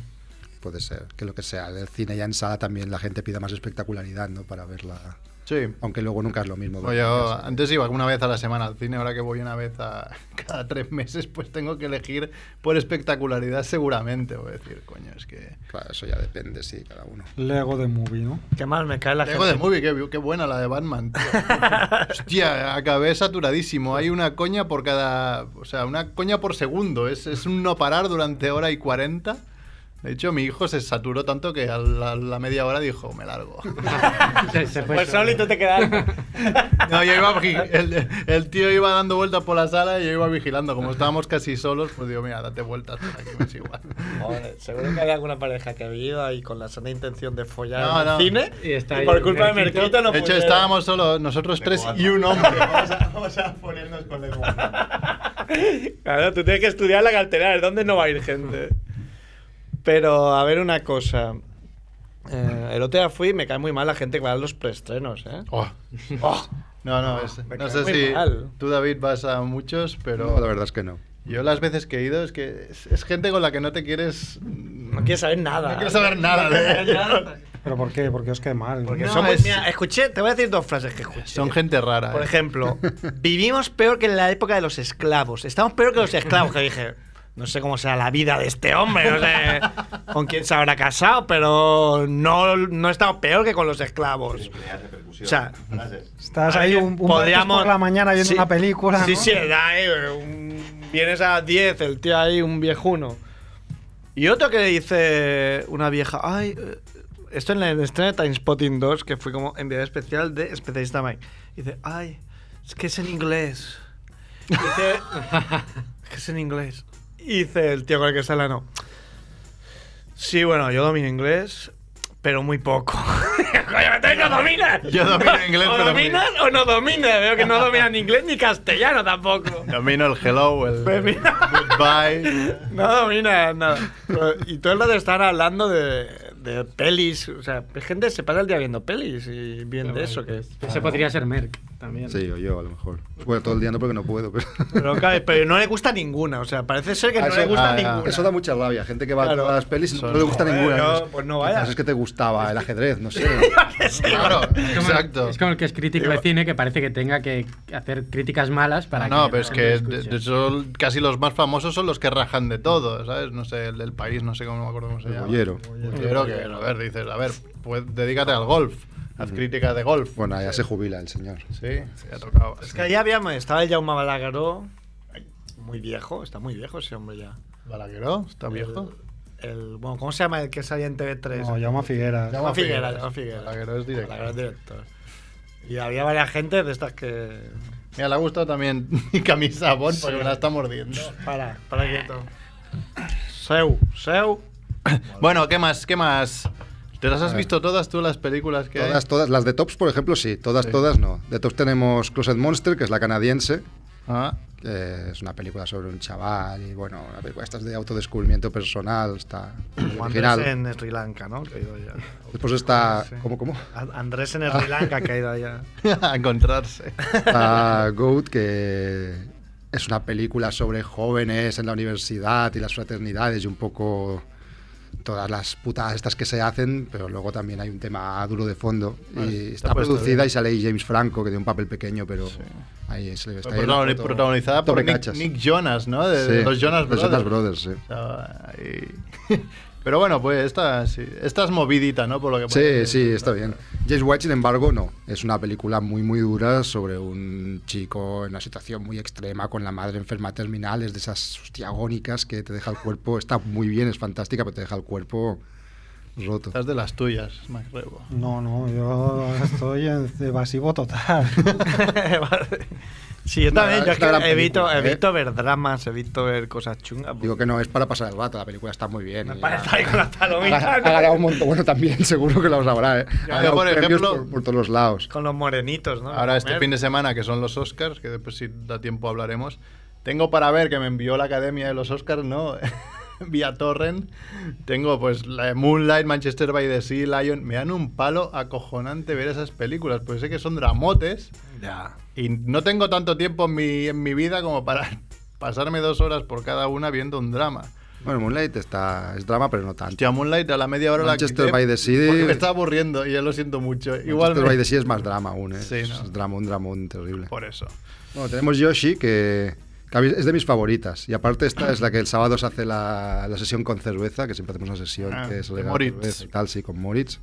Puede ser, que lo que sea, del cine ya en sala también la gente pida más espectacularidad, ¿no? Para verla.
Sí.
Aunque luego nunca es lo mismo.
Oye, yo antes iba una vez a la semana al cine, ahora que voy una vez a cada tres meses, pues tengo que elegir por espectacularidad seguramente. Voy a decir, coño, es que...
Claro, eso ya depende, sí, cada uno.
Lego de movie, ¿no?
Qué mal me cae la
Lego
gente.
de Movie, qué, qué buena la de Batman. tío. Hostia, acabé saturadísimo. Hay una coña por cada. O sea, una coña por segundo. Es, es un no parar durante hora y cuarenta. De hecho, mi hijo se saturó tanto que a la, la media hora dijo, me largo.
pues solito te quedas.
No, yo iba vi- el, el tío iba dando vueltas por la sala y yo iba vigilando. Como estábamos casi solos, pues digo, mira, date vueltas por aquí, me es igual.
Joder, seguro que hay alguna pareja que ha vivido ahí con la sana intención de follar
No,
en
no.
el cine
Y
y,
está ahí
por culpa de
Merquito.
Merquito no
De hecho,
pudieron.
estábamos solo nosotros tres y un hombre. Vamos a, ponernos con el
Claro, tú tienes que estudiar la cartera, ¿de dónde no va a ir gente? Pero, a ver una cosa. Eh, el otro día fui y me cae muy mal la gente que va a los preestrenos, ¿eh? Oh.
No, no, es-
Me
no
cae
sé
muy
si
mal.
tú, David, vas a muchos, pero...
No, la verdad es que no.
Yo las veces que he ido es que es, es gente con la que no te quieres... No
quieres saber nada.
No quiero saber nada de ellos.
¿Pero por qué? Porque os cae mal.
Porque
No,
somos-
es-
mira, escuché, te voy a decir dos frases que escuché.
Son gente rara.
Por
eh.
ejemplo, vivimos peor que en la época de los esclavos. Estamos peor que los esclavos. Que dije, no sé cómo será la vida de este hombre, no sé con quién se habrá casado, pero no, no estamos peor que con los esclavos. O sea,
Estás ahí un, un martes
Podríamos-
por la mañana viendo
sí.
una película.
Sí,
¿no?
sí, era ahí, un- vienes a las 10, el tío ahí, un viejuno. Y otro que le dice una vieja, ay, eh, esto en la estreno de Timespotting 2, que fue como enviado especial de especialista Mike. Dice, ay, es que es en inglés. Dice, es que es en inglés. Y dice el tío con el que está la no. Sí, bueno, yo domino inglés, pero muy poco. Coño, entonces no dominas.
Yo domino inglés,
o
pero muy-
dominas o no dominas. Veo que no dominan ni inglés ni castellano tampoco.
Domino el hello, el
Pues
el
mira.
goodbye.
No dominas nada. Pero- Y todo el rato están hablando de, de pelis. O sea, gente se pasa el día viendo pelis y bien de eso. Que,
Ese podría ser Merck también.
Sí, o yo a lo mejor. Bueno, todo el día no porque no puedo, pero...
pero, claro, pero no le gusta ninguna. O sea, parece ser que
Ah,
no
eso-
le gusta
ah, ya.
ninguna.
Eso da mucha rabia. Gente que va
Claro.
a todas las pelis y no,
Son-
le gusta
Joder,
ninguna.
no, pues no vayas.
Quizás Es que te gustaba el ajedrez, no sé.
Claro,
Es como el-
exacto.
Es como el que es crítico de cine que parece que tenga que hacer críticas malas para
no,
que
pero es
lo
que
escuche.
de- de eso casi los más famosos son los que rajan de todo, ¿sabes? No sé, el del país, no sé cómo no me acuerdo cómo se
El
llama.
bollero.
Bollero que, a ver, dices, a ver, pues dedícate al golf, haz crítica de golf.
Bueno, ya se jubila el señor.
Sí, se ha tocado.
Es que allá habíamos, estaba el Jaume Balagueró, muy viejo, está muy viejo ese hombre ya.
Balagueró, está viejo.
El, bueno, ¿cómo se llama el que salía en TV3?
No, llama a Figueras.
Jaume Figueras, Jaume Figueras.
Balagueró es
Balagueró es
directo.
director. Y había varias gente de estas que...
Mira, le ha gustado también mi camisa Bon porque me la está mordiendo.
Para, para quieto. Seu, Seu.
Bueno, ¿qué más? ¿Qué más? ¿Te las has visto todas tú las películas que hay?
Ah. Todas, todas. Las de Tops, por ejemplo, sí. Todas,
Sí.
todas no. De Tops tenemos Closet Monster, que es la canadiense.
Ah,
que es una película sobre un chaval y bueno, una película esta es de autodescubrimiento personal, está original.
Andrés en Sri Lanka, ¿no? Que ha ido allá.
Después está,
Sí.
¿cómo, cómo?
A- Andrés en Sri Lanka, que ha ido allá.
a encontrarse.
Está Goat, que es una película sobre jóvenes en la universidad y las fraternidades y un poco todas las putas estas que se hacen, pero luego también hay un tema duro de fondo. y
está
está
puesto ¿eh?
producida
bien.
y sale ahí James Franco, que tiene un papel pequeño, pero ahí se le está ahí la
Protagoni-
foto-
protagonizada por
Torre
Nick,
Cachas.
Nick Jonas, ¿no? De,
Sí,
de los Jonas
de
Brothers.
Jonas Brothers, sí.
O sea, ahí- Pero bueno, pues esta, sí, esta es movidita, ¿no? Por lo que
Sí,
parece.
sí, está bien. James White, sin embargo, no. Es una película muy, muy dura sobre un chico en una situación muy extrema con la madre enferma terminal. Es de esas hostia agónicas que te deja el cuerpo. Está muy bien, es fantástica, pero te deja el cuerpo roto.
Esta es de las tuyas, Max Rebo.
No, no, yo estoy en evasivo total.
sí, yo también.
Nada,
yo
es
es
una gran
que evito,
película, ¿eh?
evito ver dramas, evito ver cosas chungas.
Digo que no, es para pasar el rato. La película está muy bien. y
Para
ha-
estar ahí con las palomitas.
ha, ha
¿no?
ganado un montón. Bueno, también seguro que lo sabrá, ¿eh?
Yo,
Ha ganado
por
premios
ejemplo-
por, por todos los lados.
Con los morenitos, ¿no?
Ahora este
Ah, Comer.
fin de semana, que son los Oscars, que después si da tiempo hablaremos, tengo para ver que me envió la Academia de los Oscars, ¿no? Vía Torrent. Tengo pues la de Moonlight, Manchester by the Sea, Lion. Me dan un palo acojonante ver esas películas, pues sé que son dramotes.
Ya.
Y no tengo tanto tiempo en mi, en mi vida como para pasarme dos horas por cada una viendo un drama.
Bueno, Moonlight está, es drama, pero no tanto.
Hostia, Moonlight a la media hora
Manchester
la quité
by the Sea.
Porque me está aburriendo y ya lo siento mucho. Igual
Manchester
me-
by the Sea es más drama aún, ¿eh?
Sí, ¿no?
Es drama, un dramón terrible.
Por eso.
Bueno, tenemos Yoshi, que, que a mí es de mis favoritas. Y aparte esta es la que el sábado se hace la, la sesión con cerveza, que siempre hacemos una sesión
Ah,
que es
de
legal,
Moritz. Ah,
cerveza y tal, sí, con Moritz.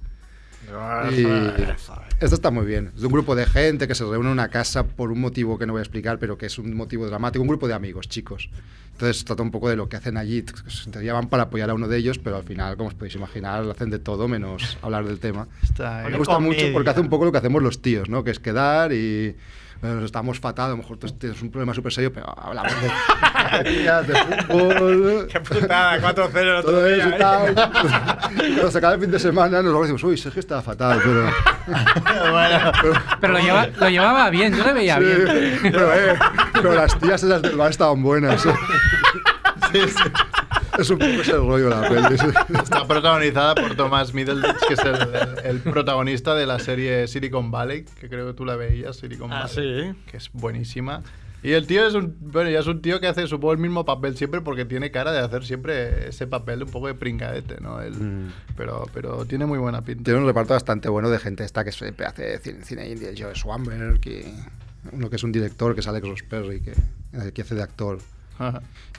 Y
eh.
esto está muy bien. Es de un grupo de gente que se reúne en una casa por un motivo que no voy a explicar, pero que es un motivo dramático. Un grupo de amigos, chicos. Entonces trata un poco de lo que hacen allí. Se van para apoyar a uno de ellos, pero al final, como os podéis imaginar, hacen de todo menos hablar del tema.
Está,
Me gusta mucho porque hace un poco lo que hacemos los tíos, ¿no? Que es quedar y. bueno, estamos fatal, a lo mejor tú tienes un problema súper serio, pero hablamos de zapatillas, de fútbol.
Qué putada, 4-0 el otro
Todo eso
día,
y tal. Cuando se acaba el fin de semana, nos vamos y decimos, uy, Sergio estaba fatal, pero.
Pero lo, lleva- lo llevaba bien, yo le veía
Sí,
bien.
Pero, eh, pero las tías esas del bar estaban buenas. eh. Es un poco ese rollo la peli. sí.
Está protagonizada por Thomas Middleditch, que es el, el- el protagonista de la serie Silicon Valley, que creo que tú la veías, Silicon
Ah,
Valley,
sí.
que es buenísima. Y el tío es un, bueno, ya es un tío que hace, supongo, el mismo papel siempre porque tiene cara de hacer siempre ese papel un poco de pringadete, ¿no? El- pero, pero tiene muy buena pinta.
Tiene un reparto bastante bueno de gente esta que siempre hace cine, cine indie, el Joe Swanberg, y uno que es un director que sale con los Perry, que, eh, que hace de actor.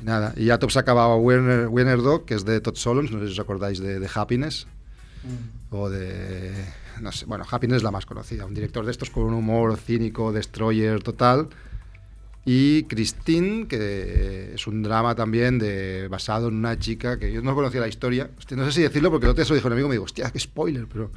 Y nada, y ya top se acababa Wiener, Wiener Dog, que es de Todd Solons, no sé si os acordáis de, de Happiness. O de. No sé, bueno, Happiness es la más conocida. Un director de estos con un humor cínico, destroyer total. Y Christine, que es un drama también de, basado en una chica que yo no conocía la historia. Hostia, no sé si decirlo porque el otro día se lo dijo un amigo y me dijo, hostia, qué spoiler, pero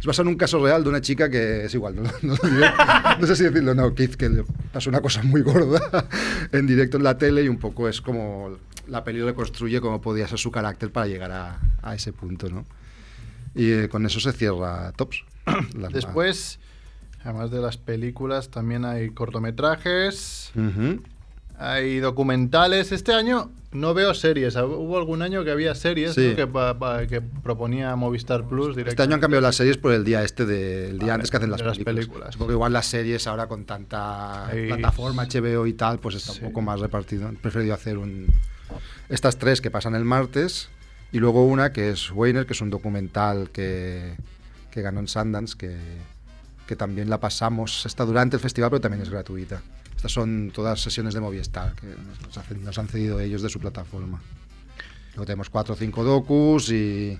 es basado en un caso real de una chica que es igual, no, no lo diré. No sé si decirlo, no, Keith, que le pasó una cosa muy gorda en directo en la tele y un poco es como la peli reconstruye cómo podía ser su carácter para llegar a, a ese punto, ¿no? Y eh, con eso se cierra Tops. La-
Después, además de las películas, también hay cortometrajes.
Ujú.
Hay documentales. Este año no veo series. Hubo algún año que había series
Sí.
¿no? que, pa- pa- que proponía Movistar Plus
Este año han cambiado las series por el día este de- el día
Ah,
antes que hacen
de
las,
las
películas.
películas.
Supongo que igual las series ahora con tanta
Ahí-
plataforma HBO y tal, pues está un poco más repartido. He preferido hacer un estas tres que pasan el martes y luego una que es Weiner, que es un documental que, que ganó en Sundance, que, que también la pasamos, está durante el festival, pero también es gratuita. Estas son todas sesiones de Movistar que nos, nos hacen- nos han cedido ellos de su plataforma. Luego tenemos cuatro o cinco docus y,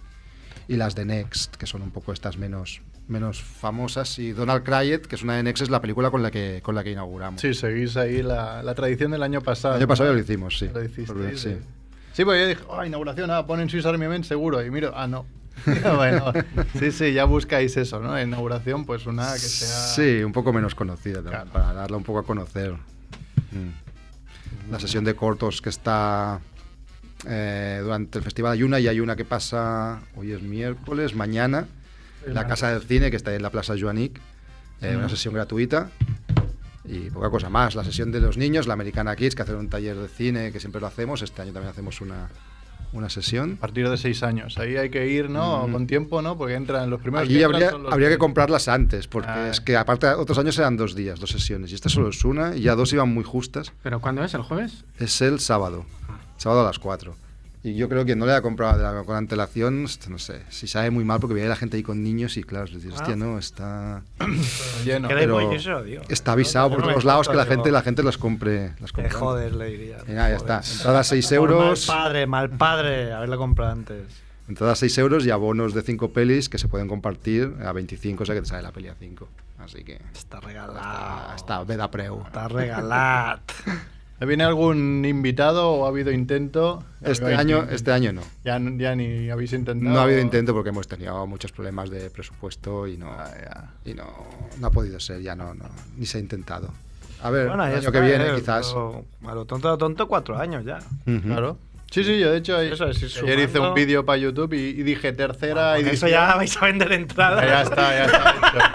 y las de Next, que son un poco estas menos, menos famosas. Y Donald Cryet, que es una de Next, es la película con la que, con la que inauguramos.
Sí, seguís ahí la, la tradición del año pasado.
El año pasado ya
¿no?
lo hicimos, sí.
Ah, Lo hicisteis, ¿eh?
Volver, sí.
sí. Sí, pues yo dije, oh, inauguración, ah, ponen Swiss Army Men seguro. Y miro, ah, no. bueno, sí, sí, ya buscáis eso, ¿no? Inauguración, pues una que sea...
Sí, un poco menos conocida, ¿no?
Claro.
para darla un poco a conocer. Mm. La sesión de cortos que está eh, durante el festival hay una y hay una que pasa hoy es miércoles, mañana, en la Casa del Cine, que está en la Plaza Joanic, eh, una sesión gratuita. Y poca cosa más, la sesión de los niños, la Americana Kids, que hacen un taller de cine, que siempre lo hacemos, este año también hacemos una, una sesión.
A partir de seis años. Ahí hay que ir, ¿no?
Mm.
Con tiempo, ¿no? Porque entran los primeros...
Allí
que entran
habría,
Pues son los
habría que
primeros.
comprarlas antes, porque
Ah.
es que aparte otros años eran dos días, dos sesiones, y esta solo es una, y ya dos iban muy justas.
¿Pero cuándo es? ¿El jueves?
Es el sábado, sábado a las 4. Y yo creo que no le ha comprado de la- con antelación, hostia, no sé, si sabe muy mal, porque veía la gente ahí con niños y claro, les dices, hostia, no, está...
Lleno.
Que da igual, yo se lo digo.
está avisado
Yo
por
no me
todos lados que la
importa,
gente,
digo.
la gente las compre. Las
Que
compre
joder, le diría.
Y nada, ya
Joder.
está. Entrada 6
Por
euros.
Mal padre, mal padre. Haberla comprado antes.
Entradas 6 euros y abonos de 5 pelis que se pueden compartir a 25, o sea que te sale la peli a 5. Así que
Está regalado.
está, veda preu.
Está regalado.
¿Viene algún invitado o ha habido intento?
Este
Habéis-
año, este año no.
Ya, n- ya ni habéis intentado.
No ha habido intento porque hemos tenido muchos problemas de presupuesto y no,
Ah, ya.
y no, no ha podido ser, ya no, no, ni se ha intentado. A ver,
Bueno, ya
el año
está,
que viene
eh,
quizás.
pero A lo tonto, a lo tonto, cuatro años ya.
Ujú.
Claro. Sí, sí, yo de hecho
Eso es, ir
ayer hice
sumando.
un vídeo para YouTube y, y dije tercera y
Con
dije,
eso ya vais a vender
Ah, ya
entradas.
está, ya está.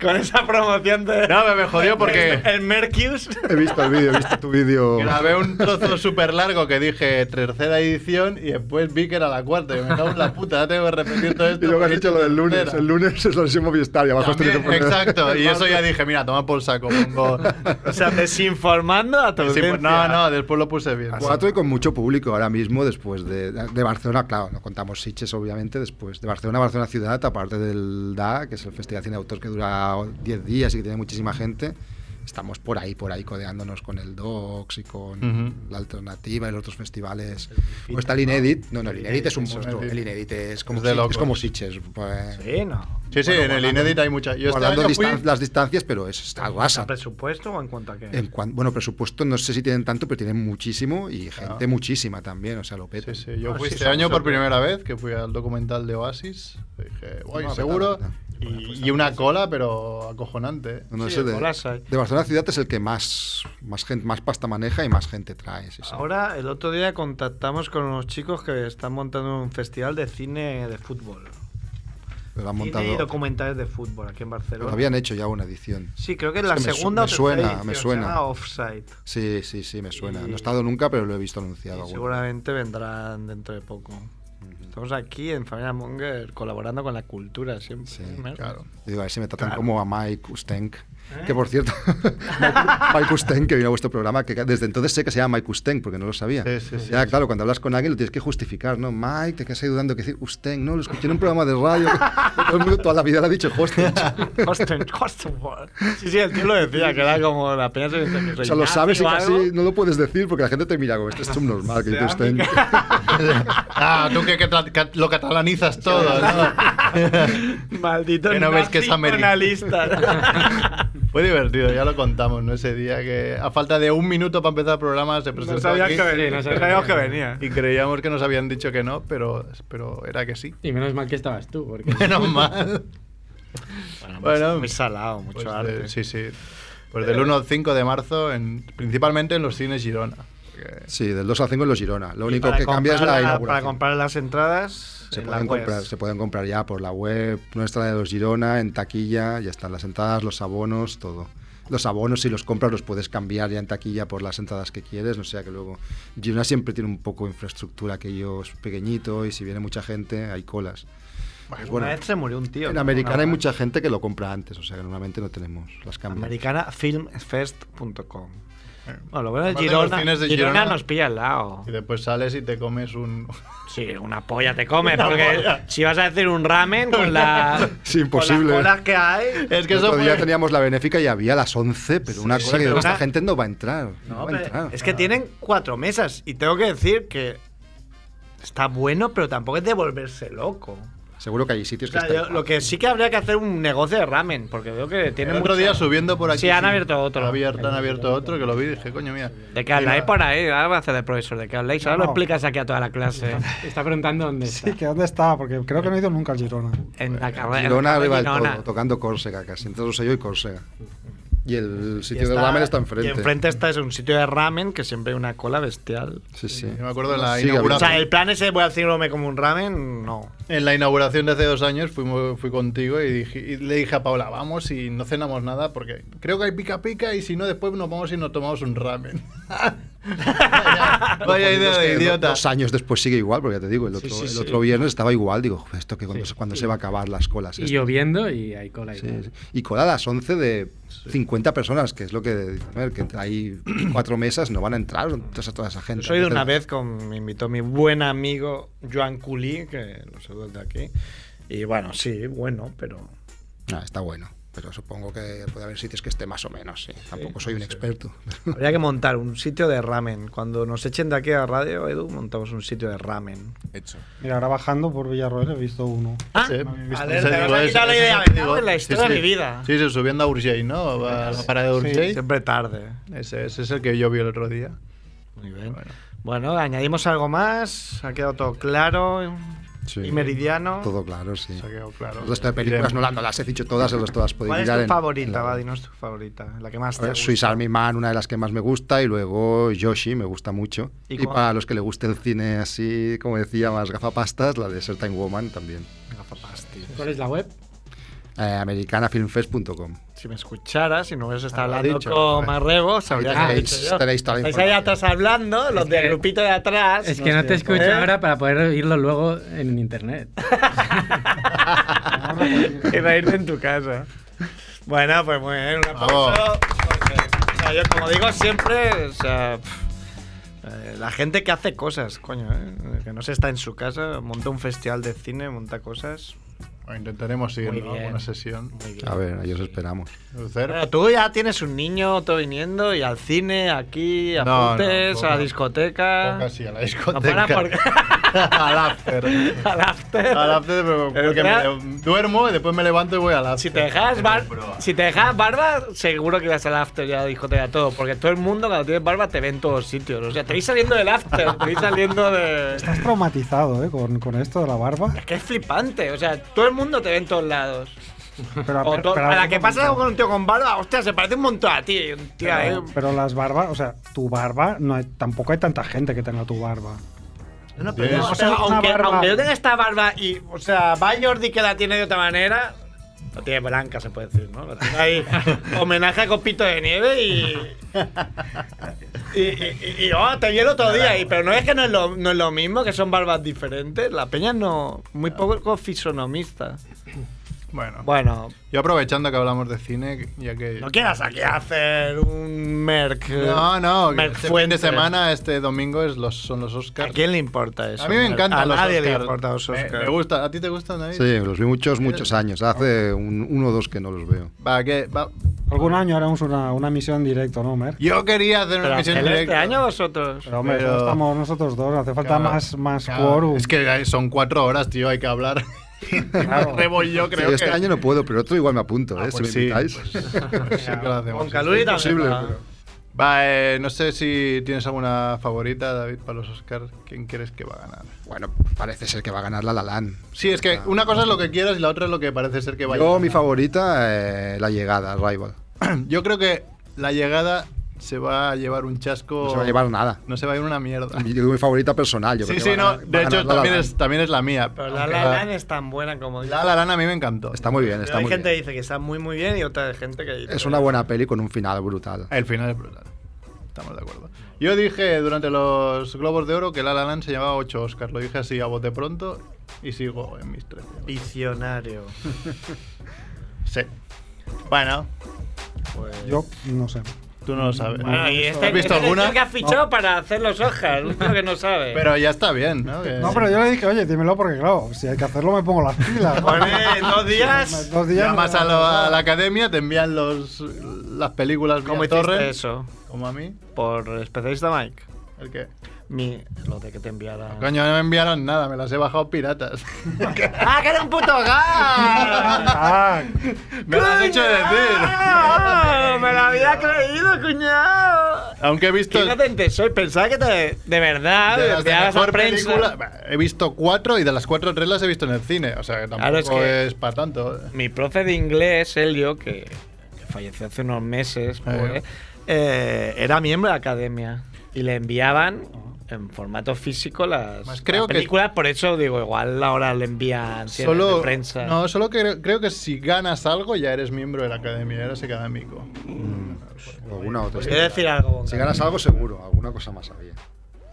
Con esa promoción de.
No, me, me jodió
El,
porque
el Mercus.
He visto el vídeo, he visto tu vídeo.
grabé un trozo súper largo que dije tercera edición y después vi que era la cuarta. Y me cago en la puta, ya tengo que repetir todo esto.
Y luego has
porque
dicho
he
lo del lunes.
tercera.
El lunes es la sesión Movistar y abajo has tenido
También,
que poner-
exacto, y eso ya dije, mira, toma por saco, pongo...
o sea, desinformando a tu
Sí, pues, no,
audiencia.
no, después lo puse bien.
Cuatro y con mucho público ahora mismo después de, de Barcelona, claro, no contamos Sitges obviamente, después de Barcelona, Barcelona Ciudad, aparte del DA, que es el Festival de Cine de Autor que dura 10 días y que tiene muchísima gente, estamos por ahí, por ahí codeándonos con el Docs y con
Ujú.
la Alternativa y los otros festivales.
Fit,
O está el
¿no?
Inedit. No, no, el
El
Inedit es un
Inedit,
monstruo.
sí.
El Inedit es como,
Es de
si-
locos.
es como Sitges. pues,
Sí, no.
Sí,
Bueno,
sí, en el
guardando-
Inedit hay mucha. Yo este
guardando
año fui-
distan- las distancias, pero es, está
¿A
guasa.
presupuesto o en cuanto a qué?
En cuan- bueno, presupuesto no sé si tienen tanto, pero tienen muchísimo y gente muchísima también, o sea, lo peta.
Sí, sí, yo
Ah,
fui
sí,
este
son-
año
son-
por primera vez, que fui al documental de Oasis. Dije, guay,
No,
seguro.
petado,
Y, y una cola, pero acojonante. ¿eh?
No, no
pues Sí,
sé, de,
bolas hay.
de Barcelona ciudad es el que más más gente, más pasta maneja y más gente trae. sí, sí.
Ahora, el otro día contactamos con unos chicos que están montando un festival de cine de fútbol.
Pero han
Cine y
montado,
documentales de fútbol aquí en
pero
Barcelona.
Pues habían hecho ya una edición.
Sí, creo que es
Es
la
que me su-
segunda
me
o tercera
suena,
edición,
me
se
suena.
llama Offside.
Sí, sí, sí, me suena. No
Y-
he estado nunca, pero lo he visto
Y
anunciado. alguna vez.
seguramente vendrán dentro de poco. Estamos aquí en Familia Monger colaborando con la cultura siempre.
Sí,
¿eh, Mer?
Claro.
Digo, a ver si me tratan
Claro. ¿Eh?
como a Mike Ustenk. Que por cierto, Mike, Mike Ustenk, que vino a vuestro programa, que desde entonces sé que se llama Mike Ustenk, porque no lo sabía.
Sí, sí, sí,
ya, claro, cuando hablas con alguien lo tienes que justificar, ¿no? Mike, te quedas ahí dudando que decir Ustenk, no, lo escuché en un programa de radio. Todo el mundo toda la vida le ha dicho hostage.
Hosten, hosten, Sí, sí, el tío lo decía, que era como la peña se que
O
soy
sea, lo
nazi
sabes y
o algo.
casi no lo puedes decir porque la gente te mira como, este es subnormal, que dice Ustenk.
Ah, tú que, que tra- que lo catalanizas todo, ¿no?
Maldito
Que no ves que es ameri-
nacionalista.
Fue divertido, ya lo contamos, ¿no? Ese día que a falta de un minuto para empezar el programa se presentó
no sabías
aquí
que venía, no sabíamos que venía.
y creíamos que nos habían dicho que no, pero, pero era que sí.
Y menos mal que estabas tú, porque.
Menos mal.
Bueno,
Bueno,
muy salado, mucho
Pues de-
arte.
sí, sí. Pues del 1 al 5 de marzo, en, principalmente en los cines Girona. porque-
Sí, del 2 al 5 en los Girona. Lo
Y
único
para
que cambia es la
comprar
inauguración.
Para comprar las entradas,
Se
en
pueden,
la web.
comprar, se pueden comprar ya por la web nuestra de los Girona, en taquilla, ya están las entradas, los abonos, todo. Los abonos, si los compras, los puedes cambiar ya en taquilla por las entradas que quieres, no sea que luego. Girona siempre tiene un poco de infraestructura, aquello es pequeñito y si viene mucha gente, hay colas. Pues
Una
bueno,
vez se murió un tío.
en
¿no?
Americana
Una-
hay mucha gente que lo compra antes, o sea que normalmente no tenemos las cambias.
Americanafilmfest.com. Bueno, lo bueno de
Aparte de los
Girona,
cines de
Girona
Girona-
nos pilla al lado.
Y después sales y te comes un...
Sí, una polla te comes, porque si vas a decir un ramen con la.
Es imposible.
Con las colas que hay.
Es que
El
eso
otro día
fue...
teníamos la benéfica y había a las 11, pero una
Sí,
cosa que
pero
digo, esta
una-
gente no va a entrar. No,
No,
va a
pero
entrar.
es que tienen cuatro mesas y tengo que decir que está bueno, pero tampoco es de volverse loco.
Seguro que hay sitios
O sea,
que están
yo- lo que sí que habría que hacer un negocio de ramen, porque veo que tienen
El otro
mucha-
día subiendo por aquí.
Sí, han abierto otro.
abierto- han abierto otro que lo vi y dije, coño, mira.
¿De qué habláis por ahí? Ahora va a hacer de profesor, ¿de qué habláis?
No,
Ahora lo
no.
explicas aquí a toda la clase.
Está preguntando dónde está.
Sí, que dónde está, porque creo que no he ido nunca al Girona.
En la carrera.
Pues, Girona
en la
arriba del
Girona.
todo, tocando Córcega casi, entre Rosselló y Córcega. Y el
Y
sitio del ramen está enfrente.
Y enfrente está es un sitio de ramen que siempre hay una cola bestial.
Sí, sí.
Yo me acuerdo en la
Sigue
O sea,
inauguración.
el plan ese de voy al cine me como un ramen, no.
En la inauguración de hace dos años fuimos, fui contigo y, dije- y le dije a Paula, vamos y no cenamos nada porque creo que hay pica pica y si no después nos vamos y nos tomamos un ramen. vaya, vaya idea de
Es que
idiota.
Dos años después sigue igual, porque ya te digo, el otro, el otro viernes estaba igual. Digo, "Joder, esto que cuando, se- cuando se va a acabar las colas.
Y
esto".
lloviendo y hay cola y
Sí,
tal.
sí. Y cola a las 11 de 50 personas, que es lo que dice Mer, que hay cuatro mesas, no van a entrar toda, toda esa gente.
Yo soy de una
Entonces,
vez, con, me invitó mi buen amigo Joan Culí, que lo saludo de aquí. Y bueno, sí, bueno, pero.
ah, está bueno. Pero supongo que puede haber sitios que esté más o menos, sí. Tampoco soy un experto.
Habría que montar un sitio de ramen. Cuando nos echen de aquí a radio, Edu, montamos un sitio de ramen.
Hecho.
Mira, ahora bajando por Villarroel he visto uno.
Ah,
Sí.
alerta,
Ese
me has
digo,
quitado la
ese-
idea,
ese
me cago en la
digo,
historia de mi vida.
Sí, sí, subiendo a Urgell, ¿no? Va- a la parada de Urgell.
Siempre tarde.
Ese, ese es el que yo vi el otro día.
Muy bien. Bueno. añadimos algo más. Ha quedado todo claro
Sí.
y meridiano.
Todo claro, sí.
Se ha quedado claro.
El resto de películas no, la- no las he dicho todas, las todas podéis
¿Cuál es
mirar
tu
en- en
favorita?
la-
Va, dinos tu favorita. La que más te
A ver,
gusta.
Swiss Army Man, una de las que más me gusta, y luego Yoshi, me gusta mucho.
¿Y
Y,
cuál?
para los que le guste el cine así, como decía, más gafapastas, la de Certain Woman también.
Gafapasti.
¿Cuál es la web?
Eh, americanafilmfest.com.
Si me escucharas y no hubieses
Ah,
estado
lo ha
hablando
dicho.
con Marrego, sabrías que lo he
tenéis-
dicho yo.
tenéis toda la
Estáis ahí
información.
atrás hablando, los del
que-
grupito de atrás.
Es que no te escucho
¿Eh?
ahora para poder oírlo luego en internet.
y reírte en tu casa. Bueno, pues muy bien, un aplauso.
Vamos.
porque, o sea, yo, como digo siempre, o sea, pff, eh, la gente que hace cosas, coño, eh, que no se está en su casa, monta un festival de cine, monta cosas.
O intentaremos
Muy
seguir
bien.
alguna sesión.
A ver, ahí os esperamos.
Lucero.
Pero Eh, tú ya tienes un niño todo viniendo y al cine, aquí, a
No,
putes,
no,
a la
poca-
discoteca.
poca sí, a la
No para
discoteca.
porque-
al after.
al after.
Al after, pero
Pero
porque
claro-
me- duermo y después me levanto y voy al after.
Si te dejas bar- si te dejas barba, seguro que vas al after y a la discoteca todo, porque todo el mundo cuando tienes barba te ve en todos sitios. O sea, te vais saliendo del after, te vais saliendo de.
Estás traumatizado, ¿eh? Con, con esto de la barba.
Que es flipante, o sea, todo el mundo te ve en todos lados.
Pero,
O
pero-
to-
pero-
a la que pasa con un tío con barba, hostia, se parece un montón a ti. un tío, eh.
pero, pero las barbas, o sea, tu barba, no hay- tampoco hay tanta gente que tenga tu barba.
No, pero
Tienes-
no, o sea,
Una
aunque,
barba-
aunque yo tenga esta barba y, o sea, va Jordi que la tiene de otra manera, la tiene blanca, se puede decir, ¿no? La tiene Ahí, homenaje a Copito de Nieve y. Y, y, y- y, oh, te hielo otro día, y- pero no es que no es, lo, no es lo mismo, que son barbas diferentes. La peña no. Muy poco fisonomista.
Bueno.
Bueno,
Yo aprovechando que hablamos de cine, ya que.
no quieras aquí hacer un Merck.
No, no, que
Merck
este fin de
Fuentes.
semana, este domingo, es los, son los
¿A
Oscars.
quién le importa eso?
A mí me
Merck?
encantan
A
los
nadie
Oscars.
le importa los
Me-
Oscars.
Me, gusta. ¿A ti te gustan, David?
Sí, los vi muchos, muchos años. Hace un- uno o dos que no los veo.
Va, que, va.
Algún año haremos una, una misión en directo, ¿no, Mer?
Yo quería hacer
¿Pero
una misión
Ángel,
directa.
este año vosotros?
Pero hombre,
Pero-
solo estamos nosotros dos, hace falta
Claro,
más, más
claro.
quórum.
Es que hay- son cuatro horas, tío, hay que hablar.
Claro.
Rebo y yo creo
Sí, este
que.
año no puedo, pero otro igual me apunto,
Ah,
¿eh?
pues
si me
sí,
invitáis.
pues sí que lo hacemos.
Con Caluri también.
imposible,
va.
pero-
Va, eh, no sé si tienes alguna favorita, David, para los Oscars. ¿Quién crees que va a ganar?
Bueno, parece ser que va a ganar la Lalan.
Sí, es que una cosa es lo que quieras y la otra es lo que parece ser que vaya. a
Yo, mi
ganar.
favorita, eh, la llegada, Rival.
Yo creo que la llegada se va a llevar un chasco.
No se va a llevar nada.
Oh. No se va a llevar una mierda.
Yo digo mi favorita personal. Yo
Sí,
creo
sí,
que va a
no.
ganar- va
De
a ganar
hecho,
la
también
Lalan.
es, también es la mía.
Pero la
aunque
La Land es tan buena como
La La Land a mí me encantó.
Está muy bien,
Pero
está
hay
muy
gente que
bien.
dice que está muy muy bien y otra gente que dice
Es una buena peli con un final brutal.
El final es brutal. Estamos de acuerdo. Yo dije durante los Globos de Oro que La La Land se llevaba 8 Oscars. Lo dije así a bote pronto y sigo en mis 13.
Visionario.
Sí. Bueno,
Pues-
Yo no sé.
tú no lo sabes.
Bueno, y este,
¿Has visto
este es el
alguna?
que has fichado para hacer los hojas, un tío que no sabe.
Pero ya está bien, ¿no? Que-
No, pero yo le dije, oye, dímelo porque, claro, si hay que hacerlo me pongo las pilas.
Pone dos días.
Dos días.
Llamas
no-
a, la- a la academia, te envían los, las películas
¿Cómo
vía
hiciste
torre.
eso?
Como a mí.
Por especialista Mike.
¿El qué?
Mi, lo de que te enviara.
Coño, no me enviaron nada, me las he bajado piratas.
¡Ah, que era un puto gas!
Ah,
me las has hecho decir.
¡Me lo había creído, cuñado!
Aunque he visto.
Qué inocente soy, pensaba que te, de verdad
de
te
las de
enviabas a
mejor
prensa.
película- bah, He visto cuatro y de las cuatro tres las he visto en el cine. O sea que tampoco
Claro,
es,
es que-
para tanto.
mi profe de inglés, Elio, que, que falleció hace unos meses, pobre,
Eh.
eh, era miembro de la academia y le enviaban en formato físico las,
Más creo
las
que-
películas, por eso digo, igual ahora le envían cierres
Solo,
de prensa.
no, solo creo, creo que si ganas algo ya eres miembro de la academia, eres académico.
O Mm. alguna otra.
Pues Quiero decir algo, Bonca.
Si ganas algo, seguro. Alguna cosa más había.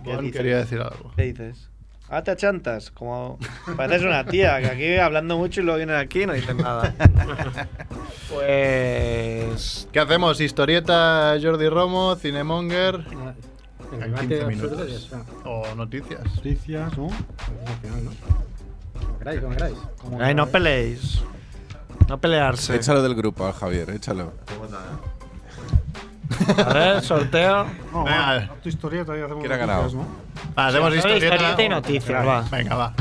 ¿Qué
Juan
dices?
quería decir algo.
¿Qué dices? Ah, te achantas, como pareces una tía, que aquí hablando mucho y luego vienes aquí y no dices nada. pues...
¿Qué hacemos? Historieta Jordi Romo, Cinemonger
Ah,
El
En
debate
15
absurdo
minutos.
ya está.
o noticias.
noticias, ¿no?
Al final, ¿no? Como queráis, como queráis.
Como
Ay, no
que-
peleéis. No pelearse.
Échalo del grupo, Javier, échalo.
A ver, sorteo.
No,
Venga,
va,
a ver.
tu historieta y hacemos
¿Quién ha ganado?
noticias, ¿no?
Va, hacemos
Sorteo de
historieta.
historieta y noticias, va.
Venga, va.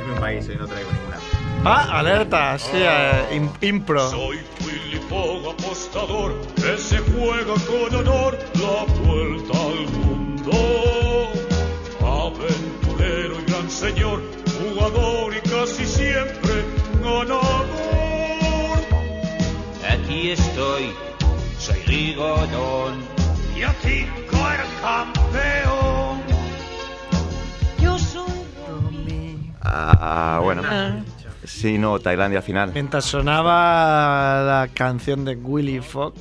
Dime un país y no traigo ninguna.
Va, Ah, alerta, sí, eh, im- impro.
Soy Willy Pog, apostador, que se juega con honor la vuelta al mundo. Aventurero y gran señor, jugador y casi siempre ganador.
Aquí estoy, soy Rigodón.
Y aquí cae el campeón.
Yo soy
Ah, bueno. Sí, no, Tailandia al final.
Mientras sonaba la canción de Willy Fox,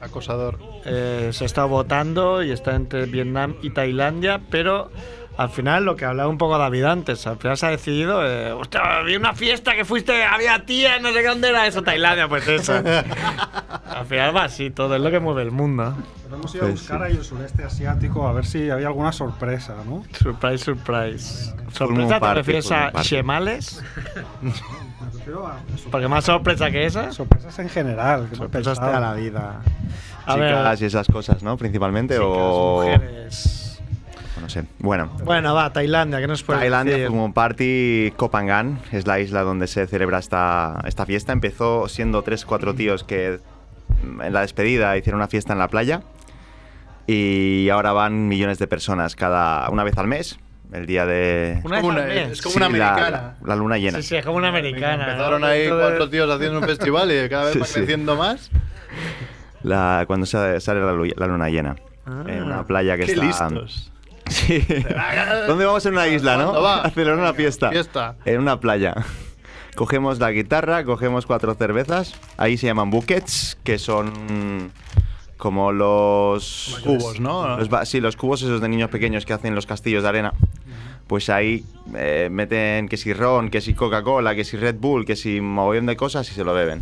Acosador.
eh, se está votando y está entre Vietnam y Tailandia, pero al final lo que hablaba un poco David antes, al final se ha decidido, eh, hostia, había una fiesta que fuiste, había tía, no sé qué dónde era eso, Tailandia, pues eso. Al final va así todo, es lo que mueve el mundo.
Pero hemos ido a buscar ahí el sureste asiático a ver si había alguna sorpresa, ¿no?
Surprise, surprise.
Formo
¿Sorpresa te
parte,
refieres
formo
a
parte.
Chemales?
Me refiero a
Porque más sorpresa que esa.
Sorpresas en general.
Sorpresas
pesado.
de la vida. A
Chicas
ver,
y esas cosas, ¿no? Principalmente. o.
mujeres.
No sé. Bueno.
Bueno, va, Tailandia, ¿qué nos puedes
Tailandia
decir?
formó Party Kopangan, es la isla donde se celebra esta, esta fiesta. Empezó siendo tres, cuatro tíos que mm, en la despedida hicieron una fiesta en la playa y ahora van millones de personas cada una vez al mes, el día de...
Una vez
como
al
una-
mes.
es como una
Sí, la-
americana.
La, luna llena.
Sí, sí, es como una americana. ¿no?
Empezaron ahí
Dentro de-
cuatro tíos haciendo un festival y cada vez
Sí,
va
sí.
creciendo más.
La- cuando sa- sale la, lu- la luna llena.
Ah.
Ah. en una playa que
qué
está...
listos.
Sí. ¿Dónde vamos en una isla, no?
¿Cuándo va?
A celebrar una fiesta.
fiesta.
En una playa. Cogemos la guitarra, cogemos cuatro cervezas. Ahí se llaman buckets, que son como los
Cubos, ¿no?
los ba- sí, los cubos esos de niños pequeños que hacen los castillos de arena. Pues ahí eh, meten que si ron, que si Coca-Cola, que si Red Bull, que si mogollón de cosas y se lo beben.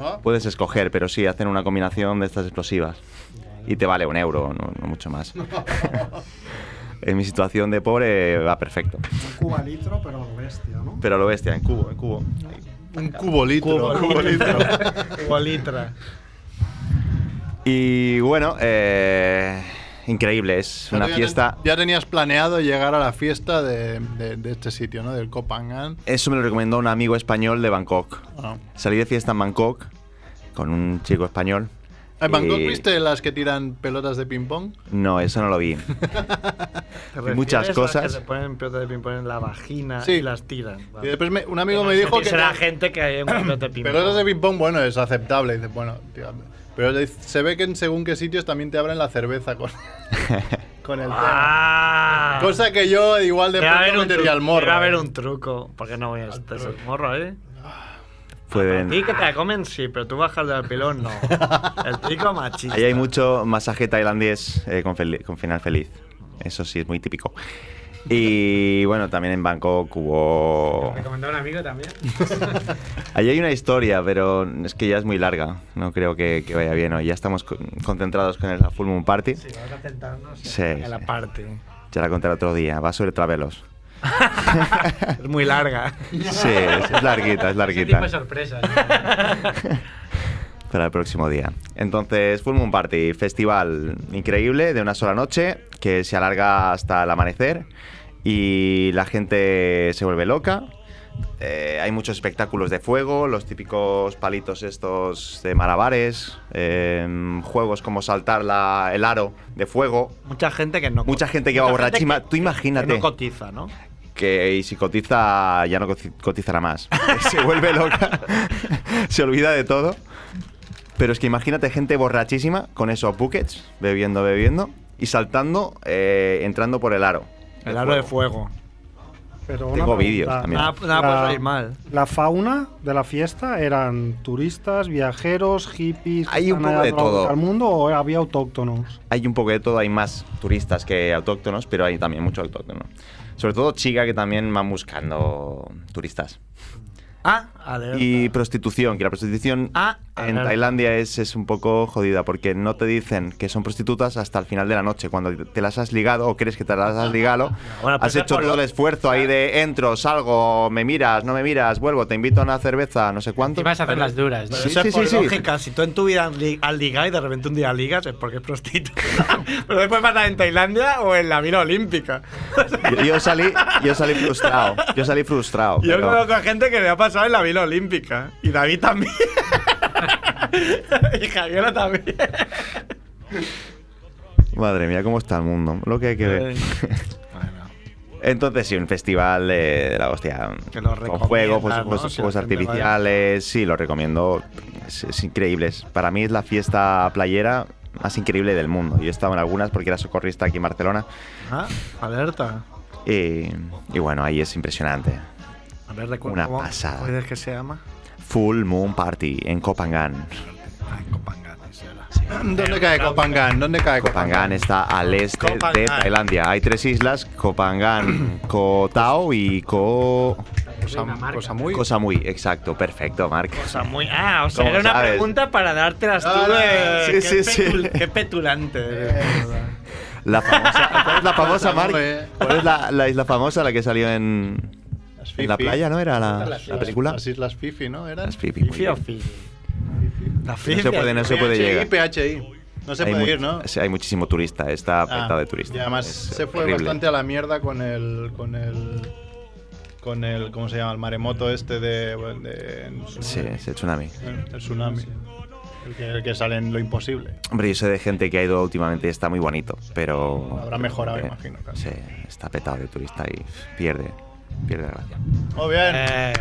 Ah.
Puedes escoger, pero sí, hacen una combinación de estas explosivas. Y te vale un euro, no, no mucho más. en mi situación de pobre va perfecto.
Cuba litro, pero lo bestia, ¿no?
Pero lo bestia, en cubo, en cubo.
Un cubo litro.
Cubo-
cubo litro.
Bolitra.
Y bueno, eh, increíble, es
Pero
una
tú ya
fiesta.
ten- Ya tenías planeado llegar a la fiesta de, de- de este sitio, ¿no? Del Copangan.
Eso me lo recomendó un amigo español de Bangkok.
Ah.
Salí de fiesta en Bangkok con un chico español.
¿En Bangkok
y-
Eh, viste las que tiran pelotas de ping-pong?
No, eso no lo vi.
¿Te
Y muchas
refieres a las
cosas.
Que se ponen pelotas de ping-pong en la vagina
Sí.
y las tiran.
Y
Vale.
después me- un amigo me dijo que.
Será gente que hay en pelotas de ping-pong.
Pelotas de ping-pong, bueno, es aceptable. Dices, bueno, tío, Pero de- se ve que en según qué sitios también te abren la cerveza con, con el tema.
Ah,
Cosa que yo igual de
debe haber
pronto
un
metería
truco,
al morro.
debe haber
eh.
un truco. Porque no voy a estar ese morro, ¿eh? A
Pueden-
ti que te la comen sí, pero tú bajas del pilón no. El trico machista.
Ahí hay mucho masaje tailandés eh, con, fel- con final feliz. Eso sí, es muy típico. Y bueno, también en Bangkok hubo...
Recomendó un amigo también.
Ahí hay una historia, pero es que ya es muy larga. No creo que, que vaya bien hoy. Ya estamos co- concentrados con el Full Moon Party. Sí,
Vamos a centrarnos
sí.
en la parte.
Ya la contaré otro día. Va sobre travelos.
Es muy larga.
Sí, es, es larguita, es
Ese tipo
larguita.
de sorpresas.
Para el próximo día. Entonces, Full Moon Party, festival increíble de una sola noche que se alarga hasta el amanecer y la gente se vuelve loca. Eh, hay muchos espectáculos de fuego, los típicos palitos estos de malabares, em, juegos como saltar la- el aro de fuego.
Mucha gente que no.
Mucha gente que va
mucha gente
borrachima.
que-
Tú imagínate
Que no cotiza, ¿no?
que y si cotiza ya no coci- cotizará más. Se vuelve loca, se olvida de todo. Pero es que imagínate gente borrachísima con esos buckets, bebiendo, bebiendo y saltando, eh, entrando por el aro.
El aro de fuego.
Pero una
Tengo
pregunta. Ah.
vídeos también.
Nada, nada puede salir mal.
La fauna de la fiesta eran turistas, viajeros, hippies.
Hay un
¿están
poco
allá
de
por la vuelta
todo.
¿Al mundo o había autóctonos?
Hay un poco de todo, hay más turistas que autóctonos, pero hay también mucho autóctono. Sobre todo chica que también van buscando turistas.
Ah, alerta.
Y prostitución, que la prostitución
Ah,
en
alerta.
Tailandia es, es un poco jodida porque no te dicen que son prostitutas hasta el final de la noche, cuando te las has ligado o crees que te las has ligado.
Bueno, pues
has hecho
por lo-
todo el esfuerzo ahí de entro, salgo, me miras, no me miras, vuelvo, te invito a una cerveza, no sé cuánto.
Y vas a hacer las duras. ¿no?
Pero
Sí,
eso
sí,
es por
sí, sí.
lógica. Si tú en tu vida li- has ligado y de repente un día ligas es porque es prostituta. Pero después vas a estar en Tailandia o en la Vila Olímpica.
Yo, yo salí, yo salí frustrado, yo salí frustrado.
Yo
pero-
conozco a gente que le ha pasado en la Vila Olímpica. Y David también. y Javiola también.
Madre mía, cómo está el mundo, lo que hay que ver.
Eh,
Entonces, sí, un festival de, de la hostia.
Que lo
con juegos, pues,
recomiendas,
pues,
¿no? Si
juegos
la gente vaya.
artificiales. Sí, lo recomiendo. Es, es increíble. Es- Para mí es la fiesta playera más increíble del mundo. Yo he estado en algunas porque era socorrista aquí en Barcelona.
Ah, alerta.
Y, y bueno, ahí es impresionante.
A ver, recu-
Una
¿cómo
pasada.
¿Puedes que se llama?
Full Moon Party en Copangan.
¿Dónde cae Copangan? ¿Dónde cae
Copangan está al este de
Kopangan.
Tailandia. Hay tres islas: Copangan, Koh Tao y Koh.
Cosa, cosa muy.
Cosa muy, exacto, perfecto, Marc.
Cosa muy. Ah, o sea,
¿Cómo
era una
sabes?
pregunta para dártelas tú
Ah,
de.
sí,
qué
sí, sí.
petul- Qué petulante.
La famosa, ¿Cuál es la famosa,
Cosa
Marc?
muy, eh.
¿Cuál es la, la isla famosa, la que salió en, en la
Fifi.
playa, no? ¿Era la,
Las-
la película?
Las Islas Fifi, ¿no? ¿Eran?
Las Fifi, muy
Fifi
bien.
o
La
No se puede, no se puede llegar.
PHI. No se
Hay
puede
mu-
ir, ¿no?
sí, Hay muchísimo turista, está
Ah,
apretado de turistas.
Y además
Es
se fue
horrible.
bastante a la mierda con el. con el. con el. ¿cómo se llama? El maremoto este de. de-
Sí, es el tsunami.
El tsunami. El que, el que sale en lo imposible.
Hombre, yo sé de gente que ha ido últimamente y está muy bonito, pero...
Habrá mejorado,
eh,
imagino, claro.
Sí, está petado de turista y pierde, pierde la gracia.
Muy bien.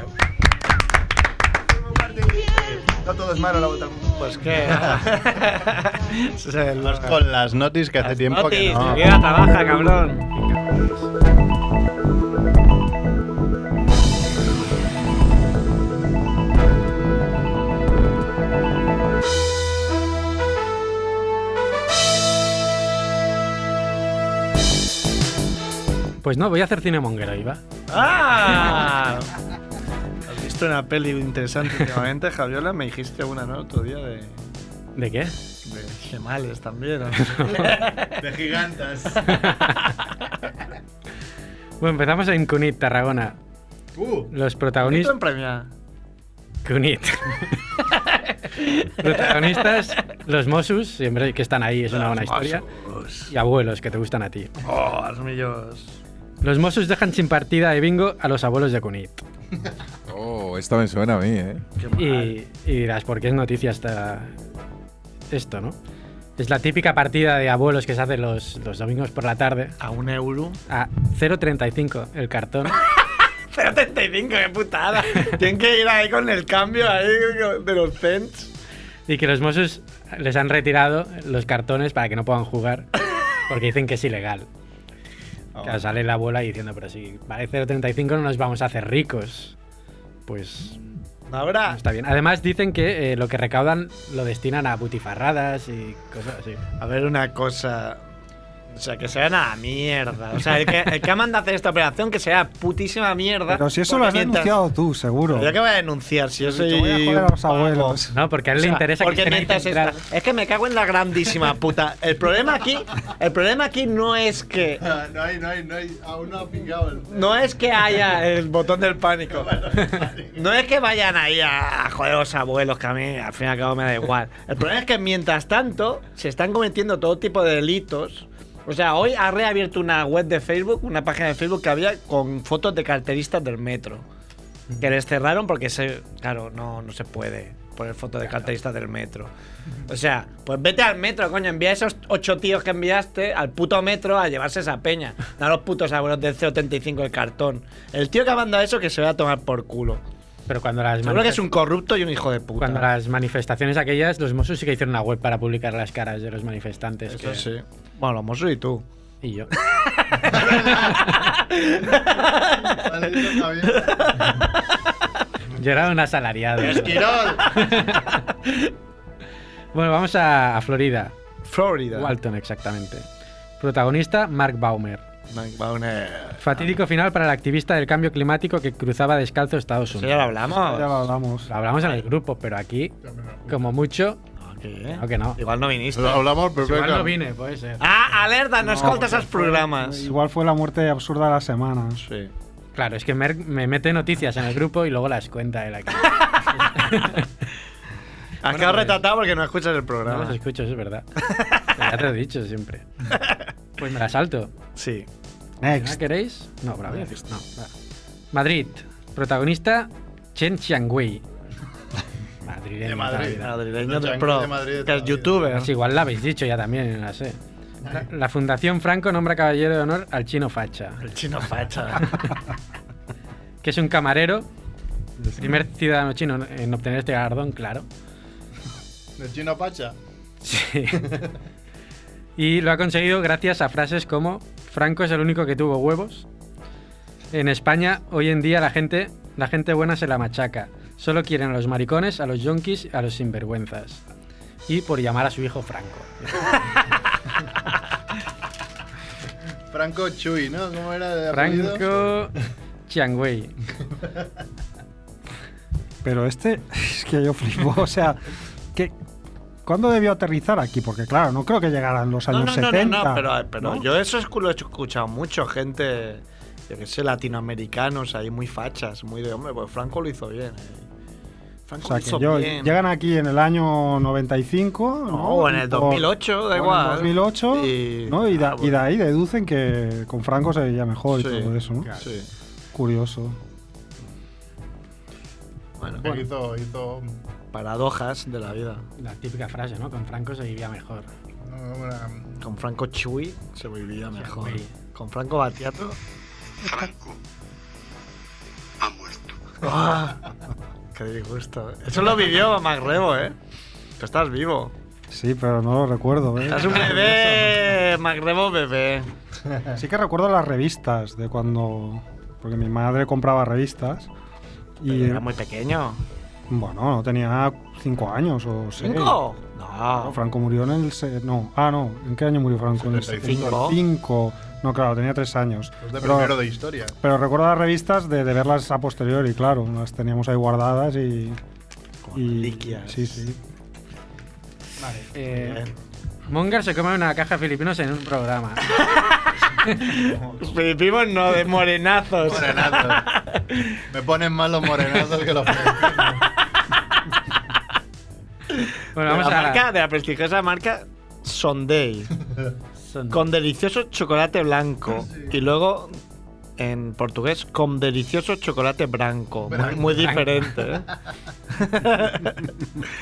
No todo es malo la bota.
Pues qué.
Vamos con las notis que hace tiempo que
notis,
no.
que ya trabaja, cabrón.
Pues no, voy a hacer cinemonguero, Iba.
¡Ah! ¿Has visto una peli interesante últimamente, Javiola? Me dijiste una, ¿no? Otro día de.
¿De qué?
de gemales también. ¿no?
De gigantes.
Bueno, empezamos en Cunit, Tarragona.
Uh,
Los
¿Bonito
protagonistas.
en premia?
Cunit. protagonistas, los Mosus, siempre que están ahí, es una buena historia. Y abuelos que te gustan a ti.
Oh, armillos.
Los Mosus dejan sin partida de bingo a los abuelos de Cunit.
Oh, esta me suena a mí, ¿eh?
Y, y dirás, ¿por qué es noticia esta- esto, no? Es la típica partida de abuelos que se hace los, los domingos por la tarde.
A un euro.
A 0,35 el cartón.
0.35, qué putada. Tienen que ir ahí con el cambio ahí de los cents.
y que los Mossos les han retirado los cartones para que no puedan jugar porque dicen que es ilegal.
Ah,
Claro, sale la abuela diciendo, pero si vale 0,35 no nos vamos a hacer ricos. Pues
Ahora,
está bien. Además dicen que eh, lo que recaudan lo destinan a butifarradas y cosas así.
a ver una cosa. O sea, que se vayan a la mierda. O sea, el que, el que ha mandado hacer esta operación, que sea putísima mierda.
Pero si eso lo has
Porque mientras-
denunciado tú, seguro.
Pero Yo que voy a denunciar si yo
Te voy a
soy.
joder a los abuelos.
No, porque a él
O
le
sea,
interesa
porque
que estén ahí
mientras está-
centradas.
es que me cago en la grandísima puta. El problema aquí, el problema aquí no es que
Ah, No hay, no hay, no hay. Aún no ha picado el.
no es que haya el botón del pánico. No es que vayan ahí a, a joder a los abuelos, que a mí al fin y al cabo me da igual. El problema es que mientras tanto se están cometiendo todo tipo de delitos. O sea, hoy ha reabierto una web de Facebook, una página de Facebook que había con fotos de carteristas del metro. Que les cerraron porque, se, claro, no, no se puede poner fotos de carteristas del metro. O sea, pues vete al metro, coño, envía a esos ocho tíos que enviaste al puto metro a llevarse esa peña. No a los putos abuelos del C85 el cartón. El tío que ha mandado eso que se va a tomar por culo.
Pero cuando las,
Seguro que es
manifest-
un corrupto y un hijo de puta.
cuando las manifestaciones aquellas, los Mossos sí que hicieron una web para publicar las caras de los manifestantes.
Eso
que-
sí. Bueno, los Mossos y tú.
Y yo.
Vale, eso está bien.
Yo era un asalariado.
Esquirol.
Bueno, vamos a, a Florida.
Florida.
Walton, exactamente. Protagonista, Mark Baumer.
Mike Bauer.
Fatídico final para el activista del cambio climático que cruzaba descalzo Estados
Eso
Unidos.
ya lo hablamos.
Ya lo hablamos.
Lo hablamos en el grupo, pero aquí, como mucho,
¿Qué?
aunque no.
Igual no viniste.
Lo hablamos, pero
Igual
venga.
no vine, puede ser.
Ah, alerta, no, escoltas
porque
esos programas.
Igual fue la muerte absurda de la semana.
Sí.
Claro, es que Merck me mete noticias en el grupo y luego las cuenta él aquí.
Has quedado
pues,
retratado porque no escuchas
pues-
el
No
programa.
los escucho, eso es verdad. Pero ya te lo he dicho siempre. Pues me la salto.
Sí.
¿No
Next.
queréis? No, bravo. No, va. Madrid. Protagonista Chen Xiangwei. Madrid.
De Madrid.
Madrileño
Los
de
yankees
pro.
de Madrid de
que
toda
es
la vida.
youtuber.
Pues igual la habéis dicho ya también, no sé. La, la Fundación Franco nombra caballero de honor al chino Facha,
El chino facha.
que es un camarero. El primer ciudadano chino en obtener este galardón, claro.
¿De Chino Pacha?
Sí. y lo ha conseguido gracias a frases como Franco es el único que tuvo huevos. En España hoy en día la gente, la gente buena se la machaca. Solo quieren a los maricones, a los yonkis, a los sinvergüenzas. Y por llamar a su hijo Franco.
Franco Chuy, ¿no? ¿Cómo era? de apellido?
Franco Chiangwei.
Pero este, es que yo flipo. O sea, que, ¿cuándo debió aterrizar aquí? Porque claro, no creo que llegaran los
No,
años
no, no, no,
70.
no, pero, pero
¿no?
yo eso es que lo he escuchado mucho, gente, yo qué sé, latinoamericanos ahí muy fachas, muy de hombre, pues Franco lo hizo bien. eh. Franco
O sea,
lo hizo
que yo-
bien.
llegan aquí en el año 95, ¿no?
o en el
Tipo,
2008, da
o en el
igual. ah,
2008, ¿no? Y, da- y de ahí deducen que con Franco se veía mejor
Sí,
y todo eso, ¿no?
sí.
Curioso.
Bueno,
Que hizo, hizo
paradojas de la vida.
La típica frase, ¿no? Con Franco se vivía mejor.
Con Franco Chuy se vivía mejor. Con Franco Batiato.
Franco.
¡Ah! ¡Qué disgusto! Eso lo vivió Macrebo, ¿eh? Tú estás vivo.
Sí, pero no lo recuerdo, ¿eh?
Estás un bebé, Macrebo bebé.
Sí que recuerdo las revistas de cuando... Porque mi madre compraba revistas. Y
Era muy pequeño.
Bueno, no tenía cinco años o seis.
¿Cinco?
No, Franco murió en el... se- No, ah, no. ¿En qué año murió Franco? En el
75.
75. No, claro, tenía tres años.
Pues de primero de historia.
Pero recuerdo las revistas de, de verlas a posteriori, claro. Las teníamos ahí guardadas y... y Sí, sí.
Vale. Eh, Monger se come una caja de filipinos en un programa.
Filipinos no, de morenazos.
Me ponen mal los morenazos que los
Bueno,
de,
vamos
la
a-
marca, de la prestigiosa marca Sunday. con delicioso chocolate blanco. Y luego en portugués, con delicioso chocolate blanco. Muy-
Blanco.
Muy,
Blanco.
diferente. ¿eh?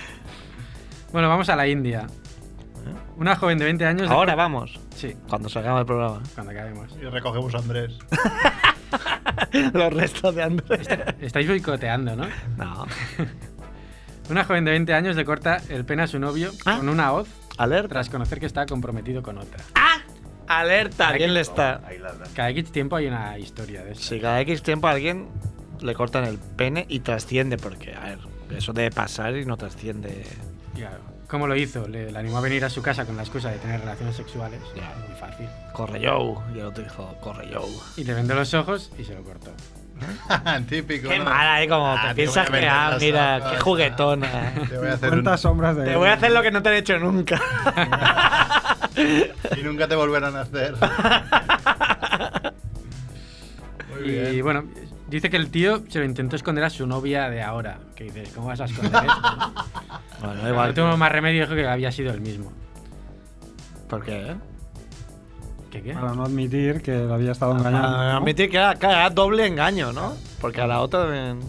Bueno, vamos a la India. Una joven de 20 años.
Ahora vamos.
Sí.
Cuando se acaba el programa.
Cuando acabemos.
Y recogemos a Andrés.
Los restos de Andrés.
Estáis boicoteando, ¿no?
No.
Una joven de 20 años le corta el pene a su novio
Ah.
con una hoz tras conocer que está comprometido con otra.
Alerta, ¿quién Ah, le está?
Cada X tiempo hay una historia de eso.
Si cada X tiempo a alguien le cortan el pene y trasciende, porque, a ver, eso debe pasar y no trasciende.
Claro. ¿Cómo lo hizo? Le, le animó a venir a su casa con la excusa de tener relaciones sexuales. Muy fácil.
Corre yo, y el otro dijo, corre yo.
Y le vendó los ojos y se lo cortó.
Típico.
Qué mala, ¿eh? Como
Ah,
te
te
piensas
voy a
que,
vender
ah,
las
mira,
hojas,
qué juguetona.
Te voy a hacer
¿Cuántas
un-
sombras de...
Te voy a hacer lo que no te han hecho nunca.
Y nunca te volverán a hacer.
Y bueno, dice que el tío se lo intentó esconder a su novia de ahora. Que dices, ¿cómo vas a esconder esto?
bueno,
Pero
igual.
No tuvo más remedio, dijo que había sido el mismo.
¿Por qué?
¿Qué qué?
Para no admitir que le había estado engañando.
Ah,
¿no?
admitir que era, que era doble engaño, ¿no? Porque a la otra también.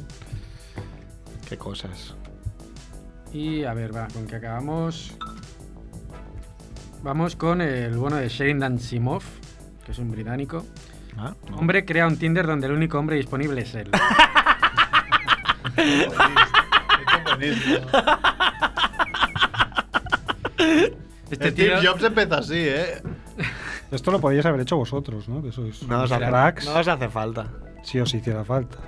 Qué cosas.
Y a ver, va, con que acabamos. Vamos con el bueno de Sheridan Simov, que es un británico.
Ah, no.
Hombre crea un Tinder donde el único hombre disponible es él. Este tío-
Steve Jobs empezó así, ¿eh?
Esto lo podíais haber hecho vosotros, ¿no? Que sois
No os, hace,
cracks.
no os hace falta.
Si os hiciera falta.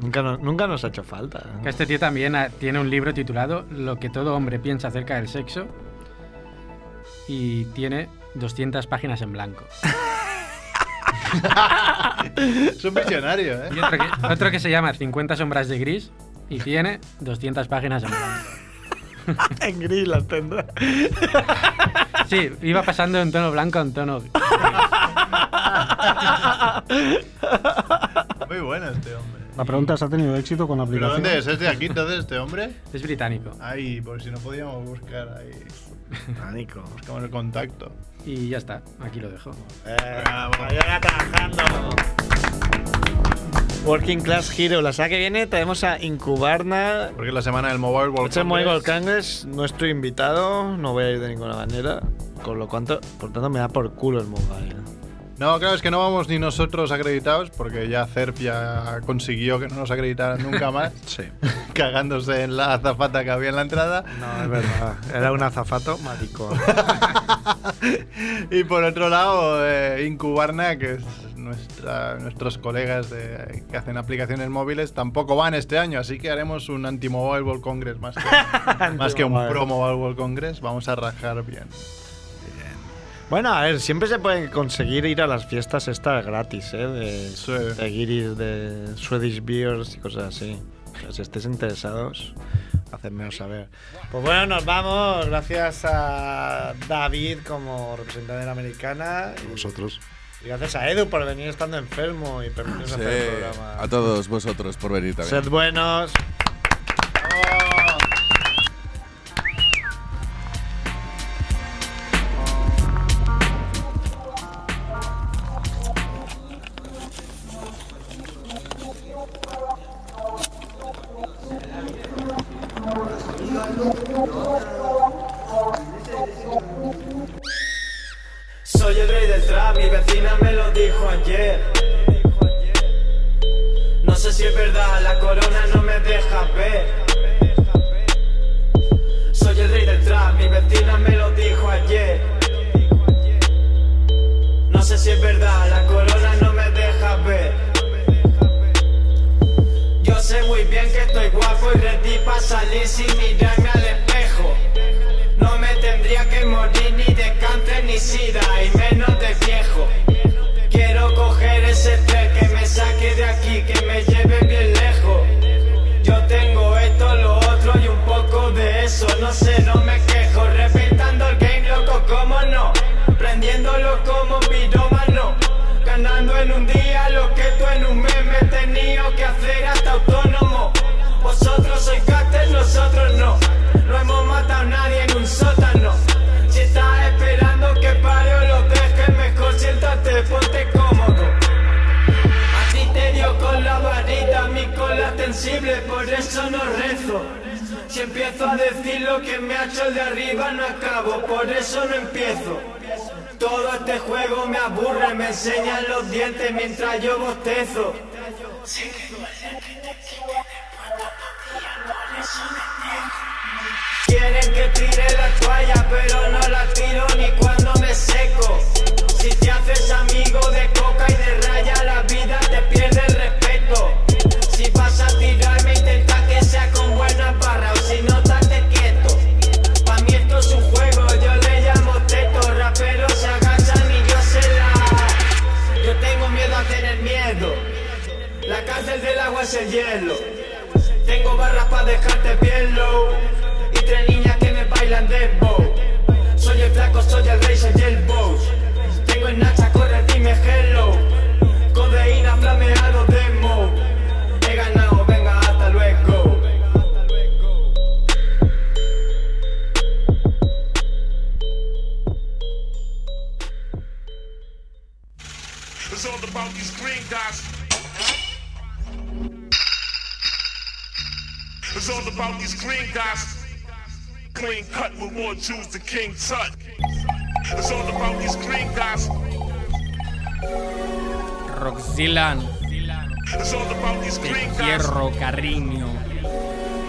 Nunca nos, nunca nos ha hecho falta. ¿eh?
Que Este tío también ah, tiene un libro titulado Lo que todo hombre piensa acerca del sexo y tiene 200 páginas en blanco.
Es un visionario, ¿eh?
Y otro que, otro que se llama 50 sombras de gris y tiene 200 páginas en blanco.
en gris las tendrá.
Sí, iba pasando de un tono blanco a un tono...
Muy bueno este hombre.
La pregunta es, ¿ha tenido éxito con la
¿Pero
aplicación?
dónde es? ¿Es de aquí entonces este hombre?
Es británico.
Ay, porque si no podíamos buscar ahí.
Británico.
Buscamos el contacto. Eh,
Y ya está, aquí lo dejo.
Mañana trabajando. Working Class Hero. La semana que viene tenemos a Incubarna.
Porque es la semana del Mobile World
Este Mobile World
Congress.
Congress no estoy invitado, no voy a ir de ninguna manera. Con lo cuanto, por tanto, me da por culo el mobile.
No, claro, es que no vamos ni nosotros acreditados, porque ya CERF ya consiguió que no nos acreditaran nunca más.
sí.
Cagándose en la azafata que había en la entrada.
No, es verdad. Era un azafato maricón.
Y por otro lado, eh, Incubarna, que es nuestra, nuestros colegas de, que hacen aplicaciones móviles, tampoco van este año, así que haremos un anti-Mobile World Congress más que, más que un
Anti-Mobile.
pro-Mobile World Congress. Vamos a rajar bien.
Bueno, a ver, siempre se puede conseguir ir a las fiestas estas gratis, ¿eh? De, de guiris, de Swedish Beers y cosas así. O sea, si estéis interesados, hacedmelo saber. Pues bueno, nos vamos. Gracias a David como representante de la americana. y-
Vosotros.
Y gracias a Edu por venir estando enfermo y permitirnos hacer el
Sí,
programa.
a todos vosotros por venir también.
Sed buenos.
Soy el rey del trap, mi vecina me lo dijo ayer. No sé si es verdad, la corona no me deja ver. Soy el rey del trap, mi vecina me lo dijo ayer. No sé si es verdad, la corona no me deja ver. Yo sé muy bien que estoy guapo y ready para salir sin mirarme al espejo. No me tendría que morir ni de cáncer ni sida y menos de viejo. Quiero coger ese tren que me saque de aquí, que me lleve bien lejos. Yo tengo esto, lo otro y un poco de eso. No sé, no me quejo. Reventando el game, loco, cómo no. Prendiéndolo como pirómano. Ganando en un día lo que tú en un mes me he tenido que hacer hasta autónomo. Vosotros sois castes, nosotros no. No hemos matado a nadie en un sótano. Si estás esperando que pare o lo deje, mejor siéntate, ponte cómodo. A ti te dio con la varita, mi cola tensible, por eso no rezo. Si empiezo a decir lo que me ha hecho el de arriba, no acabo, por eso no empiezo. Todo este juego me aburre, me enseñan los dientes mientras yo bostezo. Sé que duele que te quiten el puesto tu día, por eso me niego. Quieren que tire la toalla, pero no la tiro ni cuando me seco. Si te haces amigo de coca y de raya, la vida te pierde el respeto. Si vas a tirarme, intenta que sea con buenas barras, o si no, date quieto. Pa' mí esto es un juego, yo le llamo teto. Raperos se agachan y yo se la. Yo tengo miedo a tener miedo. La cárcel del agua es el hielo. Tengo barras pa' dejarte bien low. Y tres niñas que me bailan dembow. Soy el flaco, soy el rey, soy el boss. Tengo en Nacha, corre, dime hello. Codeína, flameado, demo. He ganado, venga, hasta luego.
It's all about these green guys. It's all about these green guys. Clean cut with more Jews than King Tut. It's all about these green guys.
Roxylan,
It's all about these green guys.
hierro, cariño.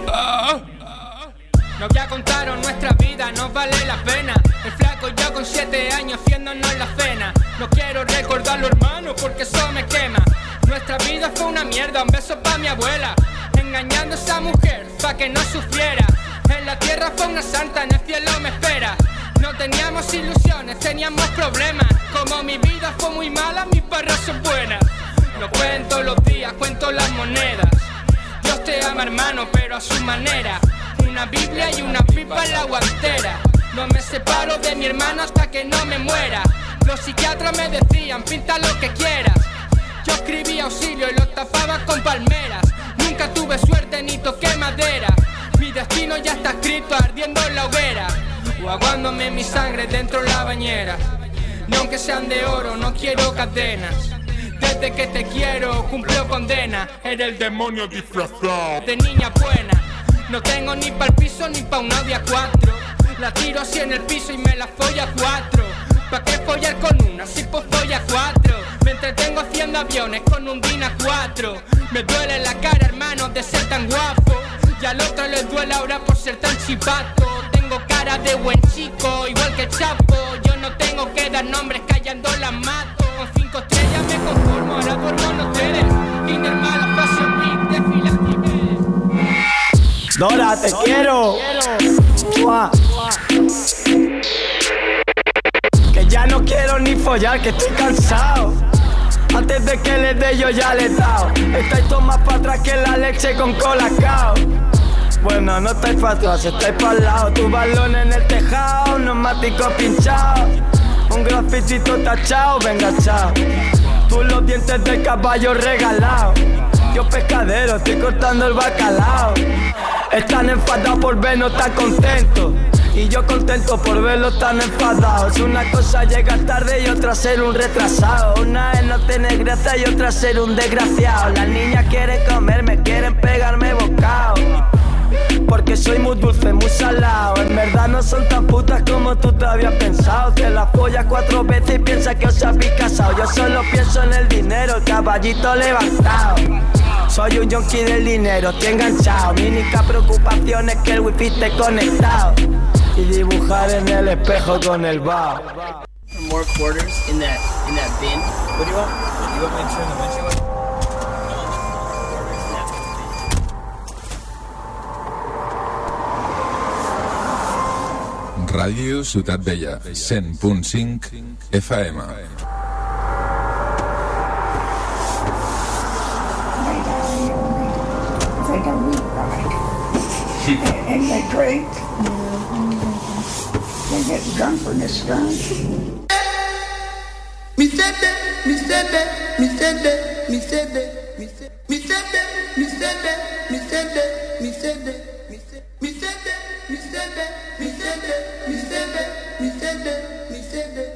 Ah, ah. Nos ya contaron nuestra vida, no vale la pena. El flaco ya con siete años fiéndonos la cena. No quiero recordarlo, hermano, porque eso me quema. Nuestra vida fue una mierda, un beso pa' mi abuela. Engañando a esa mujer pa' que no sufriera. En la tierra fue una santa, en el cielo me espera. No teníamos ilusiones, teníamos problemas. Como mi vida fue muy mala, mis perros son buenas. Lo cuento los días, cuento las monedas. Dios te ama hermano, pero a su manera. Una Biblia y una pipa en la guantera. No me separo de mi hermano hasta que no me muera. Los psiquiatras me decían, pinta lo que quieras. Yo escribí auxilio y lo tapaba con palmeras. Nunca tuve suerte ni toqué madera. Mi destino ya está escrito ardiendo en la hoguera. O aguándome mi sangre dentro de la bañera. Y aunque sean de oro, no quiero cadenas. Desde que te quiero, cumplió condena. Era el demonio disfrazado de niña buena. No tengo ni pa'l piso ni pa' un Audi A4. La tiro así en el piso y me la folla a cuatro. ¿Pa' qué follar con una si pues folla a cuatro? Me entretengo haciendo aviones con un Dina 4. Me duele la cara, hermano, de ser tan guapo. Y al otro le duele ahora por ser tan chivato. Tengo cara de buen chico, igual que el Chapo. Yo no tengo que dar nombres, callando la mato. Con cinco estrellas me conformo, ahora vuelvo con ustedes. Kinder Malo, Fashion Week, desfilas Tibet.
Dora, te quiero. Mua.
Que
ya no quiero ni follar, que estoy cansado. Antes de que le dé yo ya le he dado. Estáis todos más para atrás que la leche con colacao. Bueno, no estáis para atrás, estáis para al lado. Tu balón en el tejado, neumático pinchado. Un grafitito tachado, venga, chao. Tú los dientes del caballo regalado. Yo pescadero, estoy cortando el bacalao. Están enfadados por vernos tan contentos. Y yo contento por verlos tan enfadados. Una cosa llega tarde y otra ser un retrasado. Una es no tener gracia y otra ser un desgraciado. Las niñas quieren comerme, quieren pegarme bocado. Porque soy muy dulce, muy salado. En verdad no son tan putas como tú te habías pensado. Te las follas cuatro veces y piensas que os habéis casado. Yo solo pienso en el dinero, caballito levantado. Soy un yonki del dinero, estoy enganchado. Mi única preocupación es que el wifi esté conectado. Y dibujar en el espejo con el bao.
More quarters in that in that bin. What do you want? You want me to turn the windshield? up?
Ràdio Ciutat Vella, 100.5 FM.
It's like a meat ride. And they drink. They get drunk from this drunk.
Mistete, mistete, mistete, mistete, mistete, mistete, mistete, mistete, mistete, mistete, mistete, mistete, mistete, mistete, mistete, mistete.